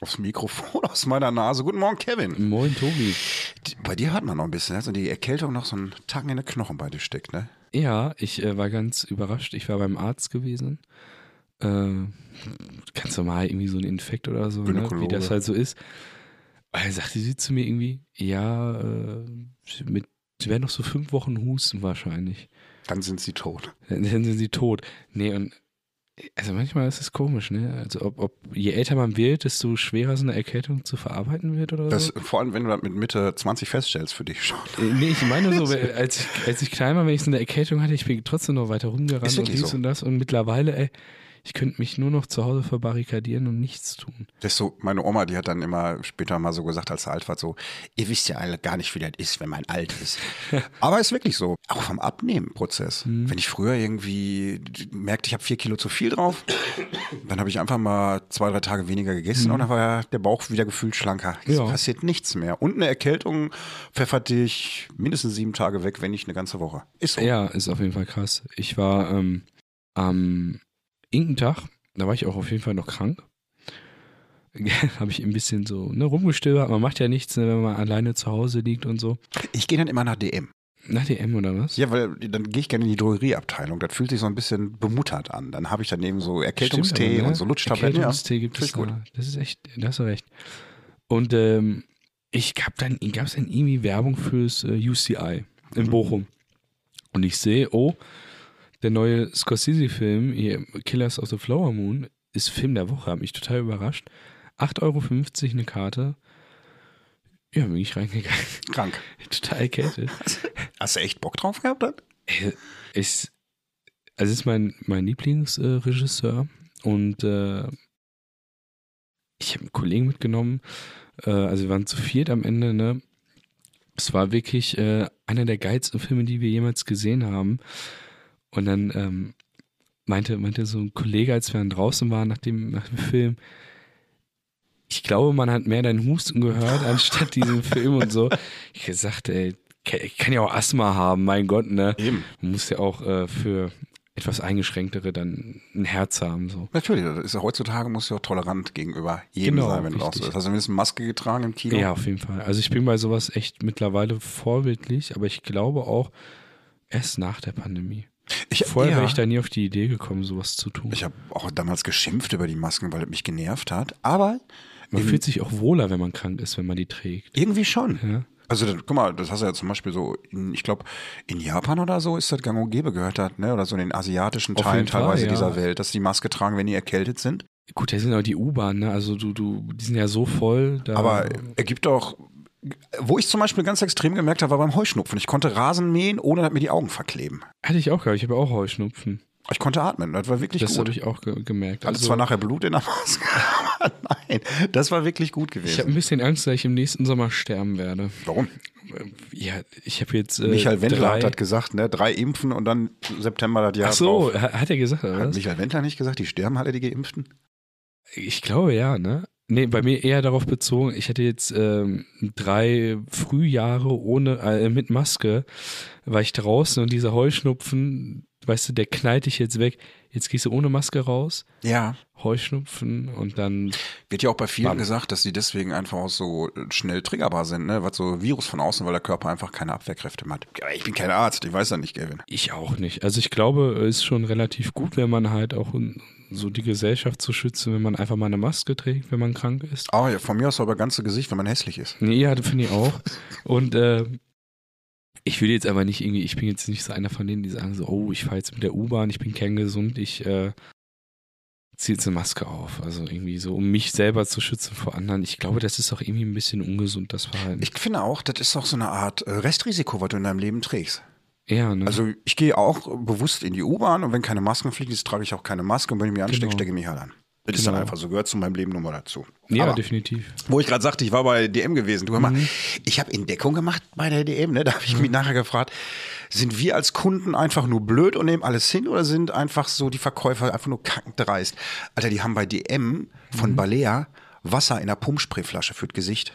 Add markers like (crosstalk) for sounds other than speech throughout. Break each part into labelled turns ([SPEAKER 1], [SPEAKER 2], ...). [SPEAKER 1] aufs Mikrofon (laughs) aus meiner Nase. Guten Morgen, Kevin.
[SPEAKER 2] Moin, Tobi.
[SPEAKER 1] Die- Bei dir hat man noch ein bisschen, also die Erkältung noch so einen Tacken in den Knochen bei dir steckt, ne?
[SPEAKER 2] Ja, ich äh, war ganz überrascht. Ich war beim Arzt gewesen. Äh, ganz normal, irgendwie so ein Infekt oder so, ne? wie
[SPEAKER 1] Gynäkologe.
[SPEAKER 2] das halt so ist. Aber er sagte sie zu mir irgendwie, ja, äh, mit, sie werden noch so fünf Wochen husten wahrscheinlich.
[SPEAKER 1] Dann sind sie tot.
[SPEAKER 2] Dann, dann sind sie tot. Nee, und also manchmal ist es komisch, ne? Also ob, ob je älter man wird, desto schwerer so eine Erkältung zu verarbeiten wird oder so.
[SPEAKER 1] Das, vor allem, wenn du das mit Mitte 20 feststellst für dich schon.
[SPEAKER 2] Äh, Nee, ich meine (laughs) so, weil- als ich, als ich klein war, wenn ich so eine Erkältung hatte, ich bin trotzdem noch weiter rumgerannt
[SPEAKER 1] Ist
[SPEAKER 2] und
[SPEAKER 1] wirklich
[SPEAKER 2] dies
[SPEAKER 1] so.
[SPEAKER 2] und das. Und mittlerweile, ey, ich könnte mich nur noch zu Hause verbarrikadieren und nichts tun.
[SPEAKER 1] Das ist so, meine Oma, die hat dann immer später mal so gesagt, als sie alt war, so, ihr wisst ja alle gar nicht, wie das ist, wenn man alt
[SPEAKER 2] (laughs)
[SPEAKER 1] ist. Aber ist wirklich so. Auch vom Abnehmen-Prozess.
[SPEAKER 2] Mhm.
[SPEAKER 1] Wenn ich früher irgendwie merkte, ich habe vier Kilo zu viel drauf, dann habe ich einfach mal zwei, drei Tage weniger gegessen und dann war der Bauch wieder gefühlt schlanker. Es
[SPEAKER 2] Mhm. Ja.
[SPEAKER 1] passiert nichts mehr. Und eine Erkältung pfeffert dich mindestens sieben Tage weg, wenn nicht eine ganze Woche. Ist so.
[SPEAKER 2] Ja, ist auf jeden Fall krass. Ich war ähm, am Inkentag, da war ich auch auf jeden Fall noch krank. (laughs) Habe ich ein bisschen so ne, rumgestöbert. Man macht ja nichts, ne, wenn man alleine zu Hause liegt und so.
[SPEAKER 1] Ich gehe dann immer nach DM.
[SPEAKER 2] Nach DM oder was?
[SPEAKER 1] Ja, weil dann gehe ich gerne in die Drogerieabteilung. Das fühlt sich so ein bisschen bemuttert an. Dann habe ich daneben so Erkältungstee
[SPEAKER 2] Stimmt aber, ne?
[SPEAKER 1] und so Lutschtabletten.
[SPEAKER 2] Erkältungstee gibt
[SPEAKER 1] Finde
[SPEAKER 2] es
[SPEAKER 1] ich gut.
[SPEAKER 2] da. Das ist echt, da hast du recht. Und ähm, ich gab dann, gab es dann irgendwie Werbung fürs äh, UCI
[SPEAKER 1] Mhm.
[SPEAKER 2] in Bochum. Und ich sehe, oh, der neue Scorsese-Film, hier, Killers of the Flower Moon, ist Film der Woche, hat mich total überrascht. 8,50 Euro eine Karte. Ja, bin ich reingegangen. (laughs)
[SPEAKER 1] Ja. Krank.
[SPEAKER 2] total erkältet.
[SPEAKER 1] Hast du echt Bock drauf gehabt? Dann?
[SPEAKER 2] Äh, ist, also es ist mein, mein Lieblingsregisseur äh, Regisseur und äh, ich habe einen Kollegen mitgenommen, äh, also wir waren zu viert am Ende, ne? Es war wirklich äh, einer der geilsten Filme, die wir jemals gesehen haben. Und dann ähm, meinte, meinte so ein Kollege, als wir dann draußen waren nach dem, nach dem Film, ich glaube, man hat mehr deinen Husten gehört, anstatt diesen Film und so. Ich gesagt, ey, ke- ich kann ja auch Asthma haben, mein Gott, ne?
[SPEAKER 1] Eben.
[SPEAKER 2] Man muss ja auch äh, für etwas Eingeschränktere dann ein Herz haben. So.
[SPEAKER 1] Natürlich. Das ist ja, heutzutage musst du ja auch tolerant gegenüber jedem
[SPEAKER 2] Genau,
[SPEAKER 1] sein, wenn du raus
[SPEAKER 2] richtig.
[SPEAKER 1] bist. Hast du mindestens eine Maske getragen im Kino?
[SPEAKER 2] Ja, auf jeden Fall. Also ich bin bei sowas echt mittlerweile vorbildlich, aber ich glaube auch erst nach der Pandemie.
[SPEAKER 1] Ich,
[SPEAKER 2] Vorher
[SPEAKER 1] ja.
[SPEAKER 2] wäre ich da nie auf die Idee gekommen, sowas zu tun.
[SPEAKER 1] ich habe auch damals geschimpft über die Masken, weil es mich genervt hat. Aber
[SPEAKER 2] Man
[SPEAKER 1] im-
[SPEAKER 2] fühlt sich auch wohler, wenn man krank ist, wenn man die trägt.
[SPEAKER 1] irgendwie schon.
[SPEAKER 2] Ja.
[SPEAKER 1] Also, dann, guck mal, das hast du ja zum Beispiel so, in, ich glaube, in Japan oder so ist das gang und gäbe gehört hat, ne? oder so in den asiatischen
[SPEAKER 2] Auf
[SPEAKER 1] Teilen
[SPEAKER 2] jeden Fall,
[SPEAKER 1] teilweise
[SPEAKER 2] ja.
[SPEAKER 1] dieser Welt, dass die Maske tragen, wenn die erkältet sind.
[SPEAKER 2] Gut, da sind auch die U-Bahn, ne? Also du, du, die sind ja so voll. Da
[SPEAKER 1] Aber ergibt doch, wo ich zum Beispiel ganz extrem gemerkt habe, war beim Heuschnupfen. Ich konnte Rasen mähen, ohne dass mir die Augen verkleben.
[SPEAKER 2] hatte ich auch, glaube ich, habe auch Heuschnupfen.
[SPEAKER 1] Ich konnte atmen. Das war wirklich
[SPEAKER 2] Das also habe
[SPEAKER 1] gut.
[SPEAKER 2] ich auch ge gemerkt.
[SPEAKER 1] Hatte zwar nachher Blut in der Maske, (laughs) aber nein, das war wirklich gut
[SPEAKER 2] ich habe
[SPEAKER 1] gewesen.
[SPEAKER 2] ein bisschen Angst, dass ich im nächsten Sommer sterben werde.
[SPEAKER 1] Warum?
[SPEAKER 2] Ja, ich habe jetzt. Äh,
[SPEAKER 1] Michael Wendler
[SPEAKER 2] drei,
[SPEAKER 1] hat das gesagt, ne? Drei Impfen und dann September das Jahr.
[SPEAKER 2] Ach so,
[SPEAKER 1] drauf.
[SPEAKER 2] ha- hat er gesagt, oder
[SPEAKER 1] Hat
[SPEAKER 2] was?
[SPEAKER 1] Michael Wendler nicht gesagt, die sterben alle die Geimpften?
[SPEAKER 2] Ich glaube ja, ne? Nee, bei mir eher darauf bezogen, ich hatte jetzt ähm, drei Frühjahre ohne, äh, mit Maske, war ich draußen und dieser Heuschnupfen, weißt du, der knallt dich jetzt weg. Jetzt gehst du ohne Maske raus,
[SPEAKER 1] Ja.
[SPEAKER 2] Heuschnupfen und dann,
[SPEAKER 1] Wird ja auch bei vielen
[SPEAKER 2] Bam.
[SPEAKER 1] gesagt, dass sie deswegen einfach auch so äh, schnell triggerbar sind, ne? Was so Virus von außen, weil der Körper einfach keine Abwehrkräfte mehr hat. Aber ich bin kein Arzt, ich weiß ja nicht, Gavin.
[SPEAKER 2] ich auch nicht. Also ich glaube, es ist schon relativ gut, wenn man halt auch um so die Gesellschaft zu schützen, wenn man einfach mal eine Maske trägt, wenn man krank ist.
[SPEAKER 1] Ah, ja, von mir aus aber ganze Gesicht, wenn man hässlich ist.
[SPEAKER 2] Nee, ja, das finde ich auch.
[SPEAKER 1] (laughs)
[SPEAKER 2] Und äh, ich will jetzt aber nicht irgendwie, ich bin jetzt nicht so einer von denen, die sagen so, oh, ich fahre jetzt mit der U-Bahn, ich bin kerngesund, ich äh, ziehe jetzt eine Maske auf. Also irgendwie so, um mich selber zu schützen vor anderen. Ich glaube, das ist auch irgendwie ein bisschen ungesund, das Verhalten.
[SPEAKER 1] Ich finde auch, das ist auch so eine Art äh, Restrisiko, was du in deinem Leben trägst.
[SPEAKER 2] ja, ne?
[SPEAKER 1] Also ich gehe auch bewusst in die U-Bahn und wenn keine Masken fliegen, trage ich auch keine Maske und wenn ich mich anstecke,
[SPEAKER 2] Genau.
[SPEAKER 1] stecke ich mich halt an. Das ist dann einfach so, gehört zu meinem Leben nun mal dazu.
[SPEAKER 2] Ja,
[SPEAKER 1] Aber,
[SPEAKER 2] definitiv.
[SPEAKER 1] wo ich gerade sagte, ich war bei DM gewesen. Du hör mal,
[SPEAKER 2] Mhm.
[SPEAKER 1] ich habe Entdeckung gemacht bei der DM, ne? Da habe ich mich nachher gefragt, sind wir als Kunden einfach nur blöd und nehmen alles hin oder sind einfach so die Verkäufer einfach nur kackend dreist? Alter, die haben bei DM
[SPEAKER 2] Mhm.
[SPEAKER 1] von Balea Wasser in einer Pumpsprayflasche fürs Gesicht.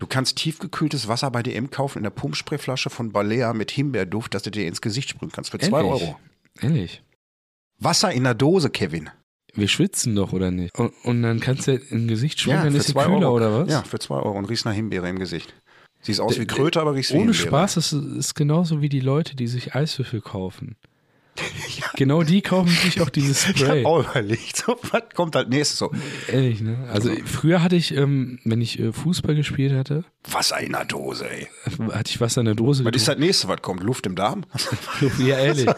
[SPEAKER 1] Du kannst tiefgekühltes Wasser bei DM kaufen in der Pumpsprayflasche von Balea mit Himbeerduft, dass du dir ins Gesicht sprühen kannst für zwei
[SPEAKER 2] Ehrlich?
[SPEAKER 1] Euro.
[SPEAKER 2] Ehrlich.
[SPEAKER 1] Wasser in der Dose, Kevin.
[SPEAKER 2] Wir schwitzen doch, oder nicht? Und, und dann kannst du halt im Gesicht schwimmen, dann
[SPEAKER 1] für
[SPEAKER 2] ist sie
[SPEAKER 1] zwei
[SPEAKER 2] kühler,
[SPEAKER 1] Euro.
[SPEAKER 2] oder was?
[SPEAKER 1] Ja, für zwei Euro. Und riechst nach Himbeere im Gesicht. Siehst aus wie Kröte, aber riechst wie
[SPEAKER 2] Ohne
[SPEAKER 1] Himbeere.
[SPEAKER 2] Spaß, das ist genauso wie die Leute, die sich Eiswürfel kaufen.
[SPEAKER 1] Ja.
[SPEAKER 2] Genau die kaufen sich
[SPEAKER 1] (laughs)
[SPEAKER 2] auch dieses
[SPEAKER 1] Ich
[SPEAKER 2] Spray.
[SPEAKER 1] habe auch überlegt, so, was kommt als nächstes so?
[SPEAKER 2] Ehrlich, ne? Also früher hatte ich, ähm, wenn ich äh, Fußball gespielt hatte,
[SPEAKER 1] Wasser in der Dose, ey.
[SPEAKER 2] äh, hatte ich Wasser in der Dose
[SPEAKER 1] Was ist das nächste, was kommt? Luft im
[SPEAKER 2] (laughs)
[SPEAKER 1] Darm?
[SPEAKER 2] getrunken. Ja, ehrlich.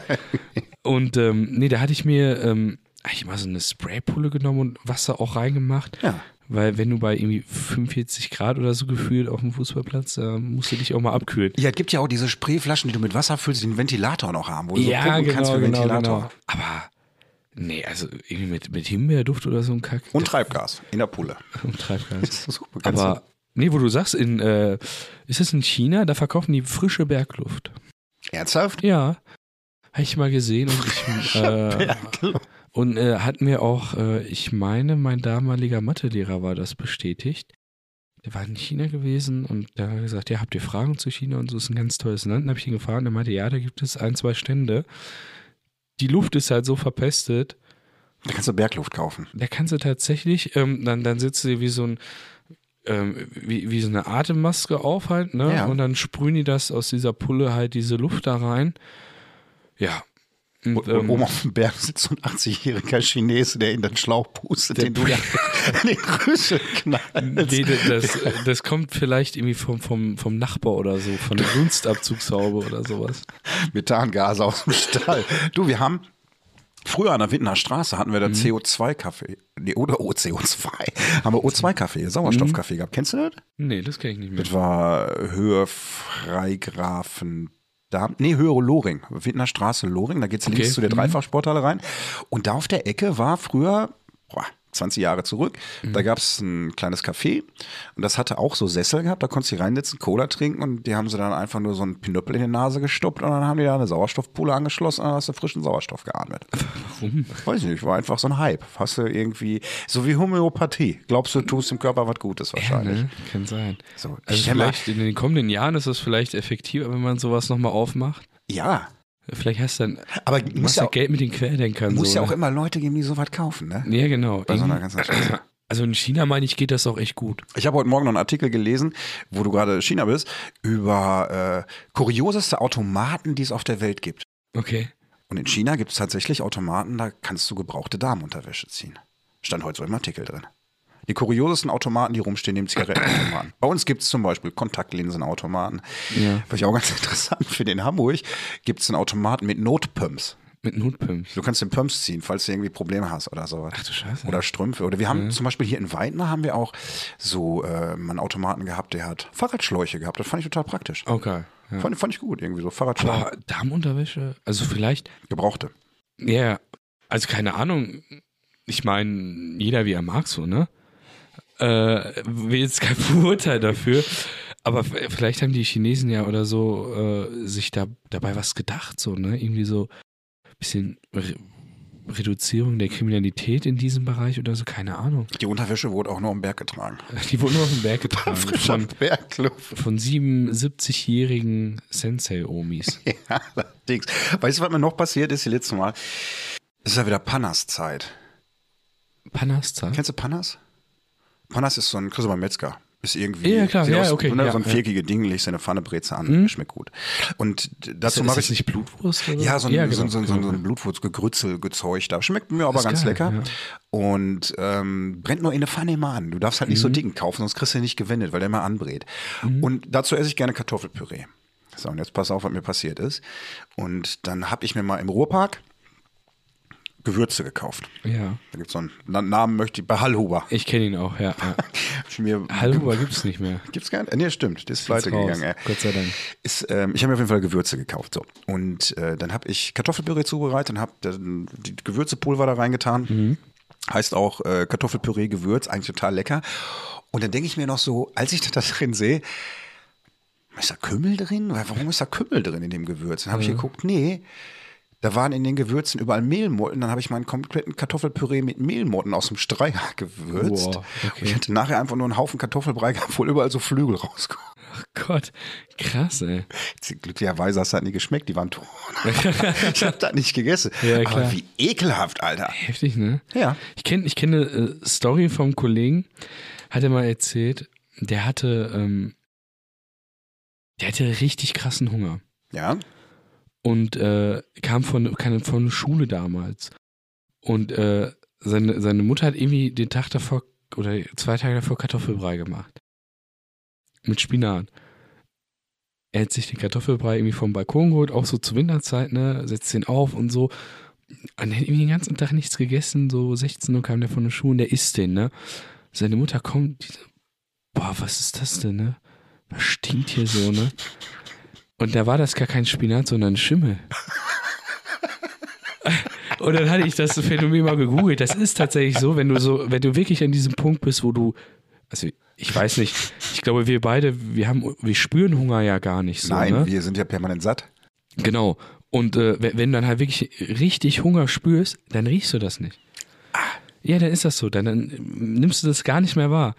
[SPEAKER 2] Und ähm, nee, da hatte ich mir ähm, eigentlich mal so eine Spraypulle genommen und Wasser auch reingemacht.
[SPEAKER 1] Ja.
[SPEAKER 2] Weil wenn du bei irgendwie 45 Grad oder so gefühlt auf dem Fußballplatz, da musst du dich auch mal abkühlen.
[SPEAKER 1] Ja, es gibt ja auch diese Sprayflaschen, die du mit Wasser füllst, die einen Ventilator noch haben, wo du so
[SPEAKER 2] ja,
[SPEAKER 1] pumpen kannst
[SPEAKER 2] genau,
[SPEAKER 1] für den
[SPEAKER 2] genau,
[SPEAKER 1] Ventilator.
[SPEAKER 2] genau. Aber nee, also irgendwie mit, mit Himbeerduft oder so ein Kack.
[SPEAKER 1] Und Treibgas in der Pulle.
[SPEAKER 2] Und Treibgas.
[SPEAKER 1] Super, ganz
[SPEAKER 2] Aber nee, wo du sagst, in äh, ist das in China? Da verkaufen die frische Bergluft.
[SPEAKER 1] Ernsthaft?
[SPEAKER 2] Ja, habe ich mal gesehen und ich äh, und äh, hat mir auch, äh, ich meine, mein damaliger Mathelehrer war das bestätigt. Der war in China gewesen und da hat er gesagt, ja, habt ihr Fragen zu China und so ist ein ganz tolles Land. Dann habe ich ihn gefragt und er meinte, ja, da gibt es ein, zwei Stände. Die Luft ist halt so verpestet,
[SPEAKER 1] Da kannst du Bergluft kaufen.
[SPEAKER 2] da kannst du tatsächlich, ähm, dann, dann sitzt du wie so ein, ähm, wie, wie so eine Atemmaske auf halt, ne?
[SPEAKER 1] Ja.
[SPEAKER 2] Und dann sprühen die das aus dieser Pulle halt diese Luft da rein. Ja. Und, ähm,
[SPEAKER 1] Und, oben auf dem Berg sitzt so ein 80-jähriger Chinese, der in den Schlauch pustet,
[SPEAKER 2] Der
[SPEAKER 1] den du (laughs) den Rüssel knallst.
[SPEAKER 2] Nee, das, das, das kommt vielleicht irgendwie vom, vom, vom Nachbar oder so,
[SPEAKER 1] (laughs)
[SPEAKER 2] von der Dunstabzugshaube oder sowas.
[SPEAKER 1] Methangase aus dem Stall. Du, wir haben früher an der Wittener Straße hatten wir da CO2-Kaffee. Nee, oder OCO2. Haben wir O2-Kaffee, Sauerstoffkaffee gehabt. Kennst du das?
[SPEAKER 2] Nee, das kenne ich nicht mehr.
[SPEAKER 1] Das war Höhe Freigrafen. Darm, nee, Höhere Loring, Wittener Straße Loring, da geht's links
[SPEAKER 2] Okay. Mhm.
[SPEAKER 1] zu der Dreifachsporthalle rein. Und da auf der Ecke war früher, boah, 20 Jahre zurück,
[SPEAKER 2] Mhm.
[SPEAKER 1] da gab's ein kleines Café und das hatte auch so Sessel gehabt, da konntest du dich reinsetzen, Cola trinken und die haben sie dann einfach nur so einen Pinöppel in die Nase gestoppt und dann haben die da eine Sauerstoffpulle angeschlossen und dann hast du frischen Sauerstoff geatmet.
[SPEAKER 2] Warum?
[SPEAKER 1] Weiß ich nicht, war einfach so ein Hype. Hast du irgendwie, so wie Homöopathie, glaubst du, tust dem Körper was Gutes
[SPEAKER 2] Ja,
[SPEAKER 1] wahrscheinlich.
[SPEAKER 2] ne? Kann sein.
[SPEAKER 1] So, ich
[SPEAKER 2] also
[SPEAKER 1] stell mal-
[SPEAKER 2] vielleicht in den kommenden Jahren ist das vielleicht effektiver, wenn man sowas nochmal aufmacht.
[SPEAKER 1] ja.
[SPEAKER 2] Vielleicht hast du dann
[SPEAKER 1] Aber muss
[SPEAKER 2] machst
[SPEAKER 1] ja,
[SPEAKER 2] du Geld mit den Querdenkern.
[SPEAKER 1] muss
[SPEAKER 2] so,
[SPEAKER 1] ja auch
[SPEAKER 2] ne?
[SPEAKER 1] immer Leute geben, die sowas kaufen, ne?
[SPEAKER 2] Ja, genau.
[SPEAKER 1] Bei so einer
[SPEAKER 2] Irgendwie-
[SPEAKER 1] ganzen Scheiße.
[SPEAKER 2] Also in China, meine ich, geht das auch echt gut.
[SPEAKER 1] Ich habe heute Morgen noch einen Artikel gelesen, wo du gerade China bist, über äh, kurioseste Automaten, die es auf der Welt gibt.
[SPEAKER 2] Okay.
[SPEAKER 1] Und in China gibt es tatsächlich Automaten, da kannst du gebrauchte Damenunterwäsche ziehen. Stand heute so im Artikel drin. Die kuriosesten Automaten, die rumstehen, neben Zigarettenautomaten. Bei uns gibt es zum Beispiel Kontaktlinsenautomaten.
[SPEAKER 2] Ja.
[SPEAKER 1] Was ich auch ganz (laughs) interessant finde, in Hamburg gibt es einen Automaten mit Notpumps.
[SPEAKER 2] Mit Notpumps.
[SPEAKER 1] Du kannst den Pumps ziehen, falls du irgendwie Probleme hast oder sowas. Ach
[SPEAKER 2] du Scheiße.
[SPEAKER 1] Oder Strümpfe. Oder wir haben
[SPEAKER 2] Mhm.
[SPEAKER 1] zum Beispiel hier in Weidner haben wir auch so äh, mal einen Automaten gehabt, der hat Fahrradschläuche gehabt. Das fand ich total praktisch.
[SPEAKER 2] Okay. Oh, Ja.
[SPEAKER 1] Fand, fand ich gut, irgendwie so Fahrradschläuche.
[SPEAKER 2] Aber Darmunterwäsche? Also vielleicht
[SPEAKER 1] Gebrauchte.
[SPEAKER 2] Ja, ja. also keine Ahnung. Ich meine, jeder wie er mag so, ne? Äh, will jetzt kein (laughs) Vorurteil dafür. Aber f- vielleicht haben die Chinesen ja oder so äh, sich da dabei was gedacht, so, ne? Irgendwie so ein bisschen Re Reduzierung der Kriminalität in diesem Bereich oder so,
[SPEAKER 1] (laughs)
[SPEAKER 2] keine Ahnung.
[SPEAKER 1] Die Unterwäsche wurde auch nur am Berg getragen.
[SPEAKER 2] Die wurden nur auf den Berg getragen. Von,
[SPEAKER 1] (laughs) Bergluft.
[SPEAKER 2] von 77-jährigen
[SPEAKER 1] (laughs)
[SPEAKER 2] Sensei-Omis.
[SPEAKER 1] Ja, allerdings. Weißt du, was mir noch passiert ist, die letzte Mal? Es ist ja wieder Panas-Zeit.
[SPEAKER 2] Panasta?
[SPEAKER 1] Kennst du Panas? Panas ist so ein, kriegst du beim Metzger. Ist irgendwie,
[SPEAKER 2] Ja, klar,
[SPEAKER 1] sieht
[SPEAKER 2] ja,
[SPEAKER 1] aus,
[SPEAKER 2] okay,
[SPEAKER 1] so eine-
[SPEAKER 2] ja,
[SPEAKER 1] so ein
[SPEAKER 2] ja. Mhm.
[SPEAKER 1] vierkige Ding, legst deine Pfanne, Breze an, schmeckt gut. Und dazu
[SPEAKER 2] Ist
[SPEAKER 1] mache
[SPEAKER 2] das
[SPEAKER 1] ich
[SPEAKER 2] nicht Blutwurst? Oder?
[SPEAKER 1] Ja, so ein, so, ein- so, ein- so, ein- so
[SPEAKER 2] genau.
[SPEAKER 1] ein Blutwurzgegrützel, Gezeug da. Schmeckt mir aber
[SPEAKER 2] Ist
[SPEAKER 1] ganz
[SPEAKER 2] geil,
[SPEAKER 1] lecker.
[SPEAKER 2] ja.
[SPEAKER 1] Und ähm, brennt nur in eine Pfanne immer an. Du darfst halt nicht
[SPEAKER 2] Mhm.
[SPEAKER 1] so dicken kaufen, sonst kriegst du ihn nicht gewendet, weil der immer anbrät. Und dazu esse ich gerne Kartoffelpüree. So, und jetzt pass auf, was mir passiert ist. Und dann habe ich mir mal im Ruhrpark Gewürze gekauft.
[SPEAKER 2] Ja,
[SPEAKER 1] Da gibt es so einen Na- Namen, möchte ich, bei Hallhuber.
[SPEAKER 2] ich kenne ihn auch, ja.
[SPEAKER 1] (laughs)
[SPEAKER 2] ja.
[SPEAKER 1] Hab ich mir-
[SPEAKER 2] Hallo, gibt's nicht mehr.
[SPEAKER 1] Gibt's gar nicht? Nee, stimmt. Der ist
[SPEAKER 2] Ist
[SPEAKER 1] pleite
[SPEAKER 2] raus,
[SPEAKER 1] gegangen. Ey.
[SPEAKER 2] Gott sei Dank.
[SPEAKER 1] Ist, ähm, ich habe mir auf jeden Fall Gewürze gekauft. So.
[SPEAKER 2] Mhm.
[SPEAKER 1] Und äh, dann habe ich Kartoffelpüree zubereitet und habe die Gewürzepulver da reingetan. Heißt auch äh, Kartoffelpüree, Gewürz, eigentlich total lecker. Und dann denke ich mir noch so, als ich (laughs) da drin sehe, ist da Kümmel drin? Warum ist da Kümmel drin in dem Gewürz? Dann habe ich
[SPEAKER 2] Mhm.
[SPEAKER 1] geguckt, nee, da waren in den Gewürzen überall Mehlmotten. Dann habe ich meinen kompletten Kartoffelpüree mit Mehlmotten aus dem Streuer (laughs) gewürzt.
[SPEAKER 2] Boah, okay.
[SPEAKER 1] Und ich hatte nachher einfach nur einen Haufen Kartoffelbrei gehabt, wo überall so Flügel rauskommen.
[SPEAKER 2] Ach Gott, krass, ey.
[SPEAKER 1] Glücklicherweise hast du das nie geschmeckt, die waren
[SPEAKER 2] (laughs)
[SPEAKER 1] tot. ich habe das nicht gegessen.
[SPEAKER 2] Ja, klar.
[SPEAKER 1] Aber wie ekelhaft, Alter.
[SPEAKER 2] Heftig, ne?
[SPEAKER 1] Ja.
[SPEAKER 2] Ich kenne ich kenn eine äh, Story vom Kollegen, hat er mal erzählt, der hatte, ähm, der hatte richtig krassen Hunger
[SPEAKER 1] Ja.
[SPEAKER 2] und äh, kam von, kam von der Schule damals. Und äh, seine, seine Mutter hat irgendwie den Tag davor oder zwei Tage davor Kartoffelbrei gemacht. Mit Spinat. Er hat sich den Kartoffelbrei irgendwie vom Balkon geholt, auch so zur Winterzeit, ne? Setzt den auf und so. Und er hat irgendwie den ganzen Tag nichts gegessen, so 16 Uhr kam der von der Schule und der isst den, ne? Seine Mutter kommt, die so, boah, was ist das denn, ne? Was stinkt hier so, ne? Und da war das gar kein Spinat, sondern Schimmel. (laughs) Und dann hatte ich das Phänomen mal gegoogelt. Das ist tatsächlich so, wenn du so, wenn du wirklich an diesem Punkt bist, wo du, also ich weiß nicht, ich glaube, wir beide, wir haben, wir spüren Hunger ja gar nicht so.
[SPEAKER 1] Nein,
[SPEAKER 2] ne?
[SPEAKER 1] wir sind ja permanent satt.
[SPEAKER 2] Genau. Und äh, wenn, wenn du dann halt wirklich richtig Hunger spürst, dann riechst du das nicht.
[SPEAKER 1] Ah.
[SPEAKER 2] Ja, dann ist das so. Dann, dann nimmst du das gar nicht mehr wahr.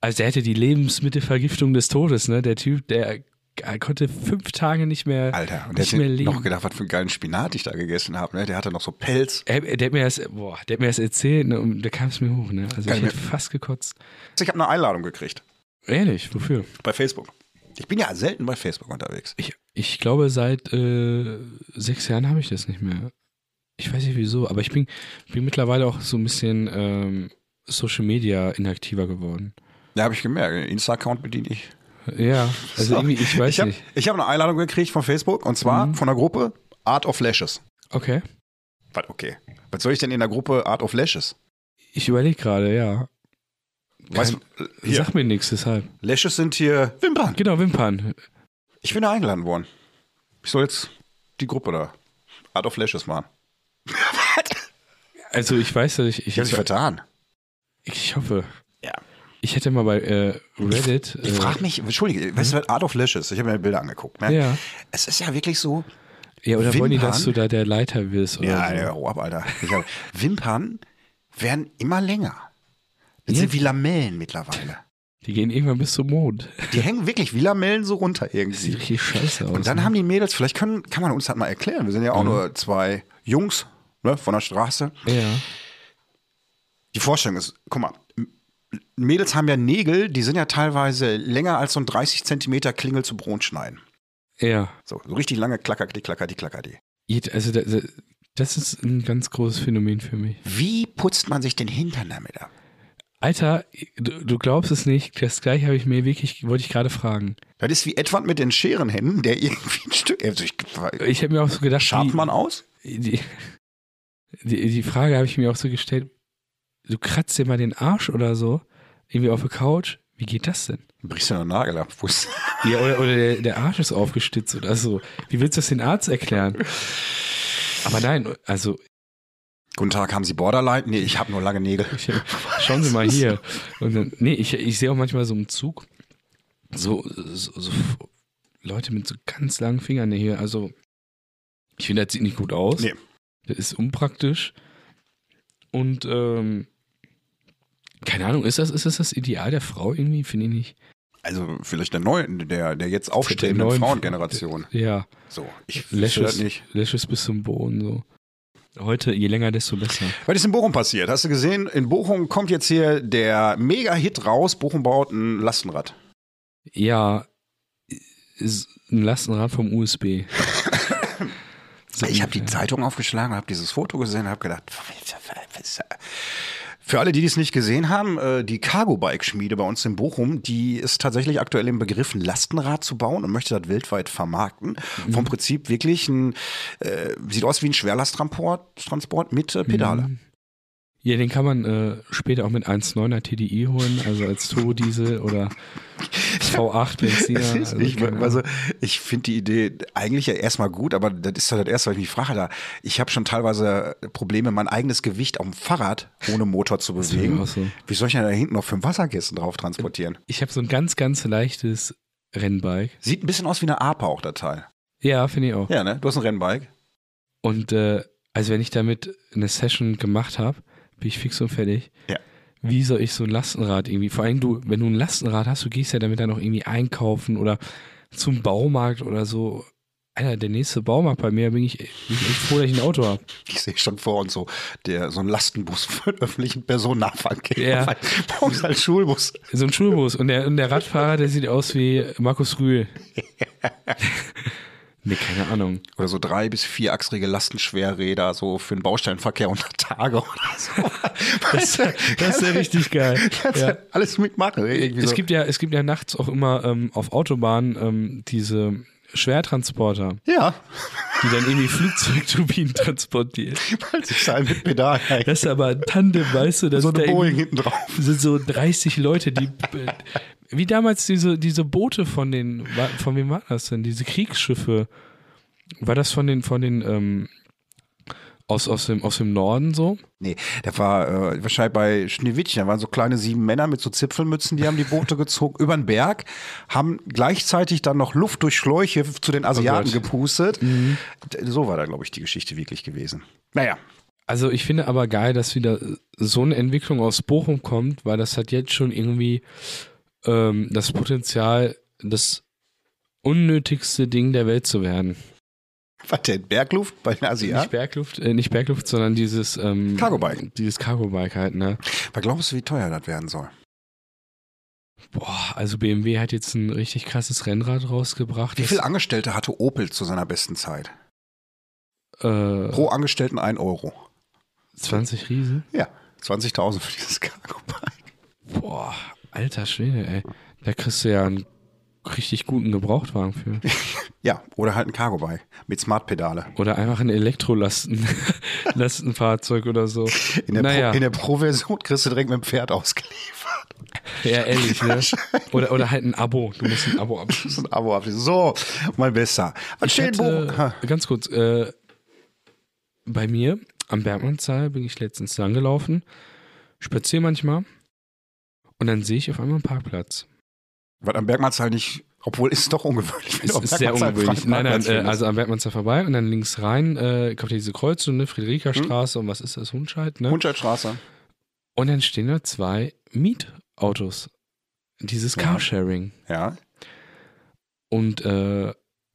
[SPEAKER 2] Also der hatte die Lebensmittelvergiftung des Todes, ne? Der Typ, der er konnte fünf Tage nicht mehr,
[SPEAKER 1] Alter. Und der
[SPEAKER 2] nicht
[SPEAKER 1] hat
[SPEAKER 2] mehr
[SPEAKER 1] mir
[SPEAKER 2] leben.
[SPEAKER 1] noch gedacht, was für einen geilen Spinat ich da gegessen habe. Ne? Der hatte noch so Pelz.
[SPEAKER 2] Er, der, hat mir das, boah, der hat mir das erzählt ne, und da kam es mir hoch. Ne? Also
[SPEAKER 1] Kann
[SPEAKER 2] ich
[SPEAKER 1] ich
[SPEAKER 2] hätte fast gekotzt.
[SPEAKER 1] Ich habe eine Einladung gekriegt
[SPEAKER 2] Ehrlich, wofür?
[SPEAKER 1] bei Facebook. Ich bin ja selten bei Facebook unterwegs.
[SPEAKER 2] Ich, ich glaube, seit äh, sechs Jahren habe ich das nicht mehr. Ich weiß nicht wieso, aber ich bin, bin mittlerweile auch so ein bisschen ähm, Social Media inaktiver geworden.
[SPEAKER 1] Da habe ich gemerkt, den Insta-Account bediene ich.
[SPEAKER 2] Ja, also
[SPEAKER 1] So.
[SPEAKER 2] irgendwie, ich weiß
[SPEAKER 1] ich hab,
[SPEAKER 2] nicht. Mhm.
[SPEAKER 1] Ich habe eine Einladung gekriegt von Facebook und zwar von der Gruppe Art of Lashes.
[SPEAKER 2] Okay.
[SPEAKER 1] Was, okay. Was soll ich denn in der Gruppe Art of Lashes?
[SPEAKER 2] Ich überlege gerade, ja.
[SPEAKER 1] Weißt du, äh, hier,
[SPEAKER 2] Sag mir nichts, deshalb.
[SPEAKER 1] Lashes sind hier Wimpern.
[SPEAKER 2] Genau, Wimpern.
[SPEAKER 1] Ich bin da eingeladen worden. Ich soll jetzt die Gruppe da Art of Lashes machen.
[SPEAKER 2] Also ich weiß, dass ich. Ich,
[SPEAKER 1] Ich habe sich vertan.
[SPEAKER 2] ich hoffe.
[SPEAKER 1] Ja.
[SPEAKER 2] Ich hätte mal bei äh, Reddit.
[SPEAKER 1] Ich frage mich, entschuldige, weißt du, was Art of Lashes, ich habe mir Bilder angeguckt.
[SPEAKER 2] äh,
[SPEAKER 1] Ne?
[SPEAKER 2] ja.
[SPEAKER 1] Es ist ja wirklich so,
[SPEAKER 2] Ja, oder wollen die,
[SPEAKER 1] Wimpern?
[SPEAKER 2] dass du da der Leiter wirst? Oder
[SPEAKER 1] ja,
[SPEAKER 2] so?
[SPEAKER 1] ja, hau ab, Alter. Ich hab, Wimpern werden immer länger. Das
[SPEAKER 2] Ja.
[SPEAKER 1] sind wie Lamellen mittlerweile.
[SPEAKER 2] Die gehen irgendwann bis zum Mond.
[SPEAKER 1] Die hängen wirklich wie Lamellen so runter
[SPEAKER 2] Das sieht
[SPEAKER 1] irgendwie.
[SPEAKER 2] richtig scheiße aus. ne? Mhm.
[SPEAKER 1] Und dann haben die Mädels, vielleicht können, kann man uns das mal erklären, wir sind ja auch nur zwei Jungs ne, von der Straße.
[SPEAKER 2] ne? Ja.
[SPEAKER 1] Die Vorstellung ist, guck mal, M- Mädels haben ja Nägel, die sind ja teilweise länger als so ein 30 Zentimeter Klingel zu Brot schneiden.
[SPEAKER 2] Ja.
[SPEAKER 1] So, so richtig lange klacker, die klacker, die klacker, die.
[SPEAKER 2] Jed- Also, da- da- das ist ein ganz großes Phänomen für mich.
[SPEAKER 1] Wie putzt man sich den Hintern damit ab?
[SPEAKER 2] Alter, du, du glaubst es nicht. Das gleiche habe ich mir wirklich, wollte ich gerade fragen.
[SPEAKER 1] Das ist wie Edward mit den Scherenhänden, der (laughs) irgendwie ein Stück. Also ich,
[SPEAKER 2] Ich habe mir auch so gedacht,
[SPEAKER 1] schabt man aus?
[SPEAKER 2] die, die, die, die Frage habe ich mir auch so gestellt, du kratzt dir mal den Arsch oder so, irgendwie auf der Couch. Wie geht das denn?
[SPEAKER 1] Brichst du einen Nagel am Fuß?
[SPEAKER 2] Ja, oder, oder der, der Arsch ist aufgestützt oder so. Wie willst du das den Arzt erklären? Aber nein, also
[SPEAKER 1] Guten Tag, haben Sie Borderline? Nee, ich habe nur lange Nägel.
[SPEAKER 2] Ich, schauen Sie mal hier. Und dann, nee, ich, ich sehe auch manchmal so im Zug so, so, so Leute mit so ganz langen Fingern hier. Also, ich finde, das sieht nicht gut aus.
[SPEAKER 1] Nee.
[SPEAKER 2] Das ist unpraktisch. Und, ähm, keine Ahnung, ist das, ist das das Ideal der Frau irgendwie? Finde ich nicht.
[SPEAKER 1] Also vielleicht der neuen, der, der jetzt aufstrebenden
[SPEAKER 2] neuen-
[SPEAKER 1] Frauengeneration.
[SPEAKER 2] Ja,
[SPEAKER 1] So, ich verstehe das
[SPEAKER 2] Lashes,
[SPEAKER 1] nicht.
[SPEAKER 2] Lashes bis zum Boden so. Heute, je länger, desto besser.
[SPEAKER 1] Was ist in Bochum passiert? Hast du gesehen, in Bochum kommt jetzt hier der Mega-Hit raus. Bochum baut ein Lastenrad.
[SPEAKER 2] Ja, ist ein Lastenrad vom (laughs) USB. So
[SPEAKER 1] Ich habe die
[SPEAKER 2] ungefähr.
[SPEAKER 1] Zeitung aufgeschlagen und habe dieses Foto gesehen und habe gedacht, für alle, die dies nicht gesehen haben, äh, die Cargo-Bike-Schmiede bei uns in Bochum, die ist tatsächlich aktuell im Begriff, ein Lastenrad zu bauen und möchte das weltweit vermarkten. Vom Prinzip wirklich ein, äh, sieht aus wie ein Schwerlasttransport Transport mit äh, Pedale.
[SPEAKER 2] Mhm. Ja, den kann man äh, später auch mit 1,9er TDI holen, also als Turbodiesel
[SPEAKER 1] (laughs)
[SPEAKER 2] oder V8 Benziner.
[SPEAKER 1] Also ich
[SPEAKER 2] genau.
[SPEAKER 1] also, ich finde die Idee eigentlich ja erstmal gut, aber das ist halt das erste, was ich mich frage. Da. Ich habe schon teilweise Probleme, mein eigenes Gewicht auf dem Fahrrad ohne Motor
[SPEAKER 2] (laughs)
[SPEAKER 1] zu
[SPEAKER 2] ist mir
[SPEAKER 1] bewegen.
[SPEAKER 2] auch so.
[SPEAKER 1] Wie soll ich denn da hinten noch fünf Wasserkissen drauf transportieren?
[SPEAKER 2] ich habe so ein ganz, ganz leichtes Rennbike.
[SPEAKER 1] Sieht ein bisschen aus wie eine APA auch, der Teil.
[SPEAKER 2] Ja, finde ich auch.
[SPEAKER 1] Ja, ne? Du hast ein Rennbike.
[SPEAKER 2] Und äh, also wenn ich damit eine Session gemacht habe, bin ich fix und fertig.
[SPEAKER 1] Ja.
[SPEAKER 2] Wie soll ich so ein Lastenrad irgendwie? Vor allem du, wenn du ein Lastenrad hast, du gehst ja damit dann auch irgendwie einkaufen oder zum Baumarkt oder so. Alter, der nächste Baumarkt bei mir, bin ich, bin ich echt froh, dass ich ein Auto habe.
[SPEAKER 1] Ich sehe schon vor uns so, der, so ein Lastenbus (laughs) für den öffentlichen Personennahverkehr.
[SPEAKER 2] Ja.
[SPEAKER 1] Morgens als Schulbus.
[SPEAKER 2] So ein Schulbus. Und der, und (laughs) der Radfahrer, der sieht aus wie Markus Rühl. (laughs) nee, keine Ahnung.
[SPEAKER 1] Oder so drei- bis vierachsige Lastenschwerräder, so für den Bausteinverkehr unter Tage (laughs) oder so. Weißt du,
[SPEAKER 2] Das ist ja richtig geil.
[SPEAKER 1] (laughs) Kannst
[SPEAKER 2] Ja.
[SPEAKER 1] du alles mitmachen. ne? Irgendwie
[SPEAKER 2] Es
[SPEAKER 1] so.
[SPEAKER 2] gibt ja, es gibt ja nachts auch immer ähm, auf Autobahnen ähm, diese Schwertransporter,
[SPEAKER 1] ja, (laughs)
[SPEAKER 2] die dann irgendwie Flugzeugturbinen (laughs) transportieren.
[SPEAKER 1] weil halt sich sein mit Pedal eigentlich.
[SPEAKER 2] Das ist aber ein Tandem, weißt du, das
[SPEAKER 1] So
[SPEAKER 2] ist
[SPEAKER 1] eine
[SPEAKER 2] da
[SPEAKER 1] Boeing
[SPEAKER 2] irgendwie-
[SPEAKER 1] hinten drauf.
[SPEAKER 2] sind so 30 Leute,
[SPEAKER 1] (laughs)
[SPEAKER 2] die äh, wie damals diese, diese Boote von den wa- von wem war das denn? Diese Kriegsschiffe. War das von den von den ähm, aus, aus, dem, aus dem Norden so?
[SPEAKER 1] Nee, da war äh, wahrscheinlich bei Schneewittchen, da waren so kleine sieben Männer mit so Zipfelmützen, die haben die Boote gezogen über den Berg, haben gleichzeitig dann noch Luft durch Schläuche zu den Asiaten
[SPEAKER 2] Oh Gott. Mhm.
[SPEAKER 1] gepustet. D- So war da, glaube ich, die Geschichte wirklich gewesen. Naja,
[SPEAKER 2] Also ich finde aber geil, dass wieder so eine Entwicklung aus Bochum kommt, weil das hat jetzt schon irgendwie ähm, das Potenzial, das unnötigste Ding der Welt zu werden.
[SPEAKER 1] was denn? Bergluft bei den
[SPEAKER 2] Nicht
[SPEAKER 1] Asiaten?
[SPEAKER 2] Bergluft, äh, nicht Bergluft, sondern dieses ähm,
[SPEAKER 1] Cargo-Bike.
[SPEAKER 2] Dieses Cargo-Bike halt, ne?
[SPEAKER 1] Was glaubst du, wie teuer das werden soll?
[SPEAKER 2] Boah, also BMW hat jetzt ein richtig krasses Rennrad rausgebracht.
[SPEAKER 1] Wie
[SPEAKER 2] das,
[SPEAKER 1] viele Angestellte hatte Opel zu seiner besten Zeit?
[SPEAKER 2] äh,
[SPEAKER 1] Pro Angestellten ein Euro.
[SPEAKER 2] 20 Riesen?
[SPEAKER 1] Ja, 20.000 für
[SPEAKER 2] (laughs)
[SPEAKER 1] dieses Cargo-Bike.
[SPEAKER 2] Boah, alter Schwede, ey. Da kriegst du ja einen richtig guten Gebrauchtwagen für.
[SPEAKER 1] Ja, oder halt ein Cargo-Bike mit Smart-Pedale.
[SPEAKER 2] Oder einfach ein Elektrolasten Lastenfahrzeug oder so.
[SPEAKER 1] In der,
[SPEAKER 2] naja,
[SPEAKER 1] Pro, in der Pro-Version kriegst du direkt mit dem Pferd ausgeliefert.
[SPEAKER 2] ja,
[SPEAKER 1] (laughs)
[SPEAKER 2] ehrlich, ne? Oder, oder halt ein Abo. Du musst ein Abo ab.
[SPEAKER 1] Das ist ein Abo abschließen. So, mein Bester. Was steht
[SPEAKER 2] hatte-
[SPEAKER 1] Bochum? Ha,
[SPEAKER 2] Ganz kurz, äh, bei mir am Bergmannssaal bin ich letztens langgelaufen, spaziere manchmal und dann sehe ich auf einmal einen Parkplatz.
[SPEAKER 1] Was am Bergmannsheil nicht, obwohl ist es doch ungewöhnlich. wenn
[SPEAKER 2] Ist,
[SPEAKER 1] du am
[SPEAKER 2] ist sehr
[SPEAKER 1] Bergmannsheil
[SPEAKER 2] ungewöhnlich.
[SPEAKER 1] freien
[SPEAKER 2] Nein, nein,
[SPEAKER 1] Parkplatz
[SPEAKER 2] äh,
[SPEAKER 1] findest.
[SPEAKER 2] also am Bergmannssaal vorbei und dann links rein äh, kommt ja diese Kreuzung, ne?
[SPEAKER 1] Hm?
[SPEAKER 2] Friederikastraße und was ist das? Hundscheid, ne?
[SPEAKER 1] Hundscheidstraße.
[SPEAKER 2] Und dann stehen da zwei Mietautos. Dieses
[SPEAKER 1] Ja.
[SPEAKER 2] Carsharing.
[SPEAKER 1] Ja.
[SPEAKER 2] Und äh,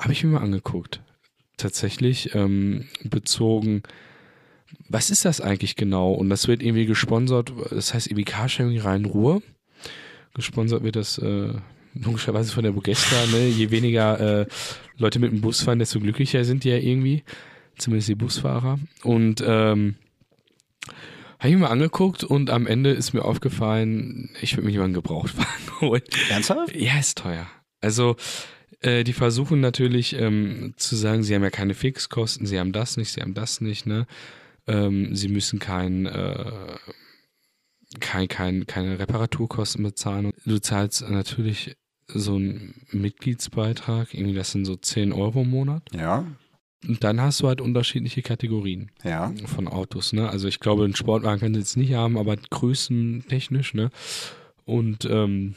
[SPEAKER 2] habe ich mir mal angeguckt. Tatsächlich ähm, bezogen, was ist das eigentlich genau? Und das wird irgendwie gesponsert, das heißt irgendwie Carsharing Rhein-Ruhr. Gesponsert wird das äh, logischerweise von der Bugesta. Ne? Je weniger äh, Leute mit dem Bus fahren, desto glücklicher sind die ja irgendwie. Zumindest die Busfahrer. Und ähm, habe ich mir mal angeguckt und am Ende ist mir aufgefallen, ich würde mir jemanden Gebrauchtwagen (laughs) holen.
[SPEAKER 1] Ernsthaft?
[SPEAKER 2] Ja, ist teuer. Also, äh, die versuchen natürlich ähm, zu sagen, sie haben ja keine Fixkosten, sie haben das nicht, sie haben das nicht, ne? Ähm, sie müssen kein, äh, kein, kein, keine Reparaturkosten bezahlen. Du zahlst natürlich so einen Mitgliedsbeitrag, irgendwie das sind so 10 Euro im Monat.
[SPEAKER 1] Ja.
[SPEAKER 2] Und dann hast du halt unterschiedliche Kategorien
[SPEAKER 1] Ja.
[SPEAKER 2] von Autos, ne? Also ich glaube, einen Sportwagen können sie jetzt nicht haben, aber größentechnisch, ne? Und ähm,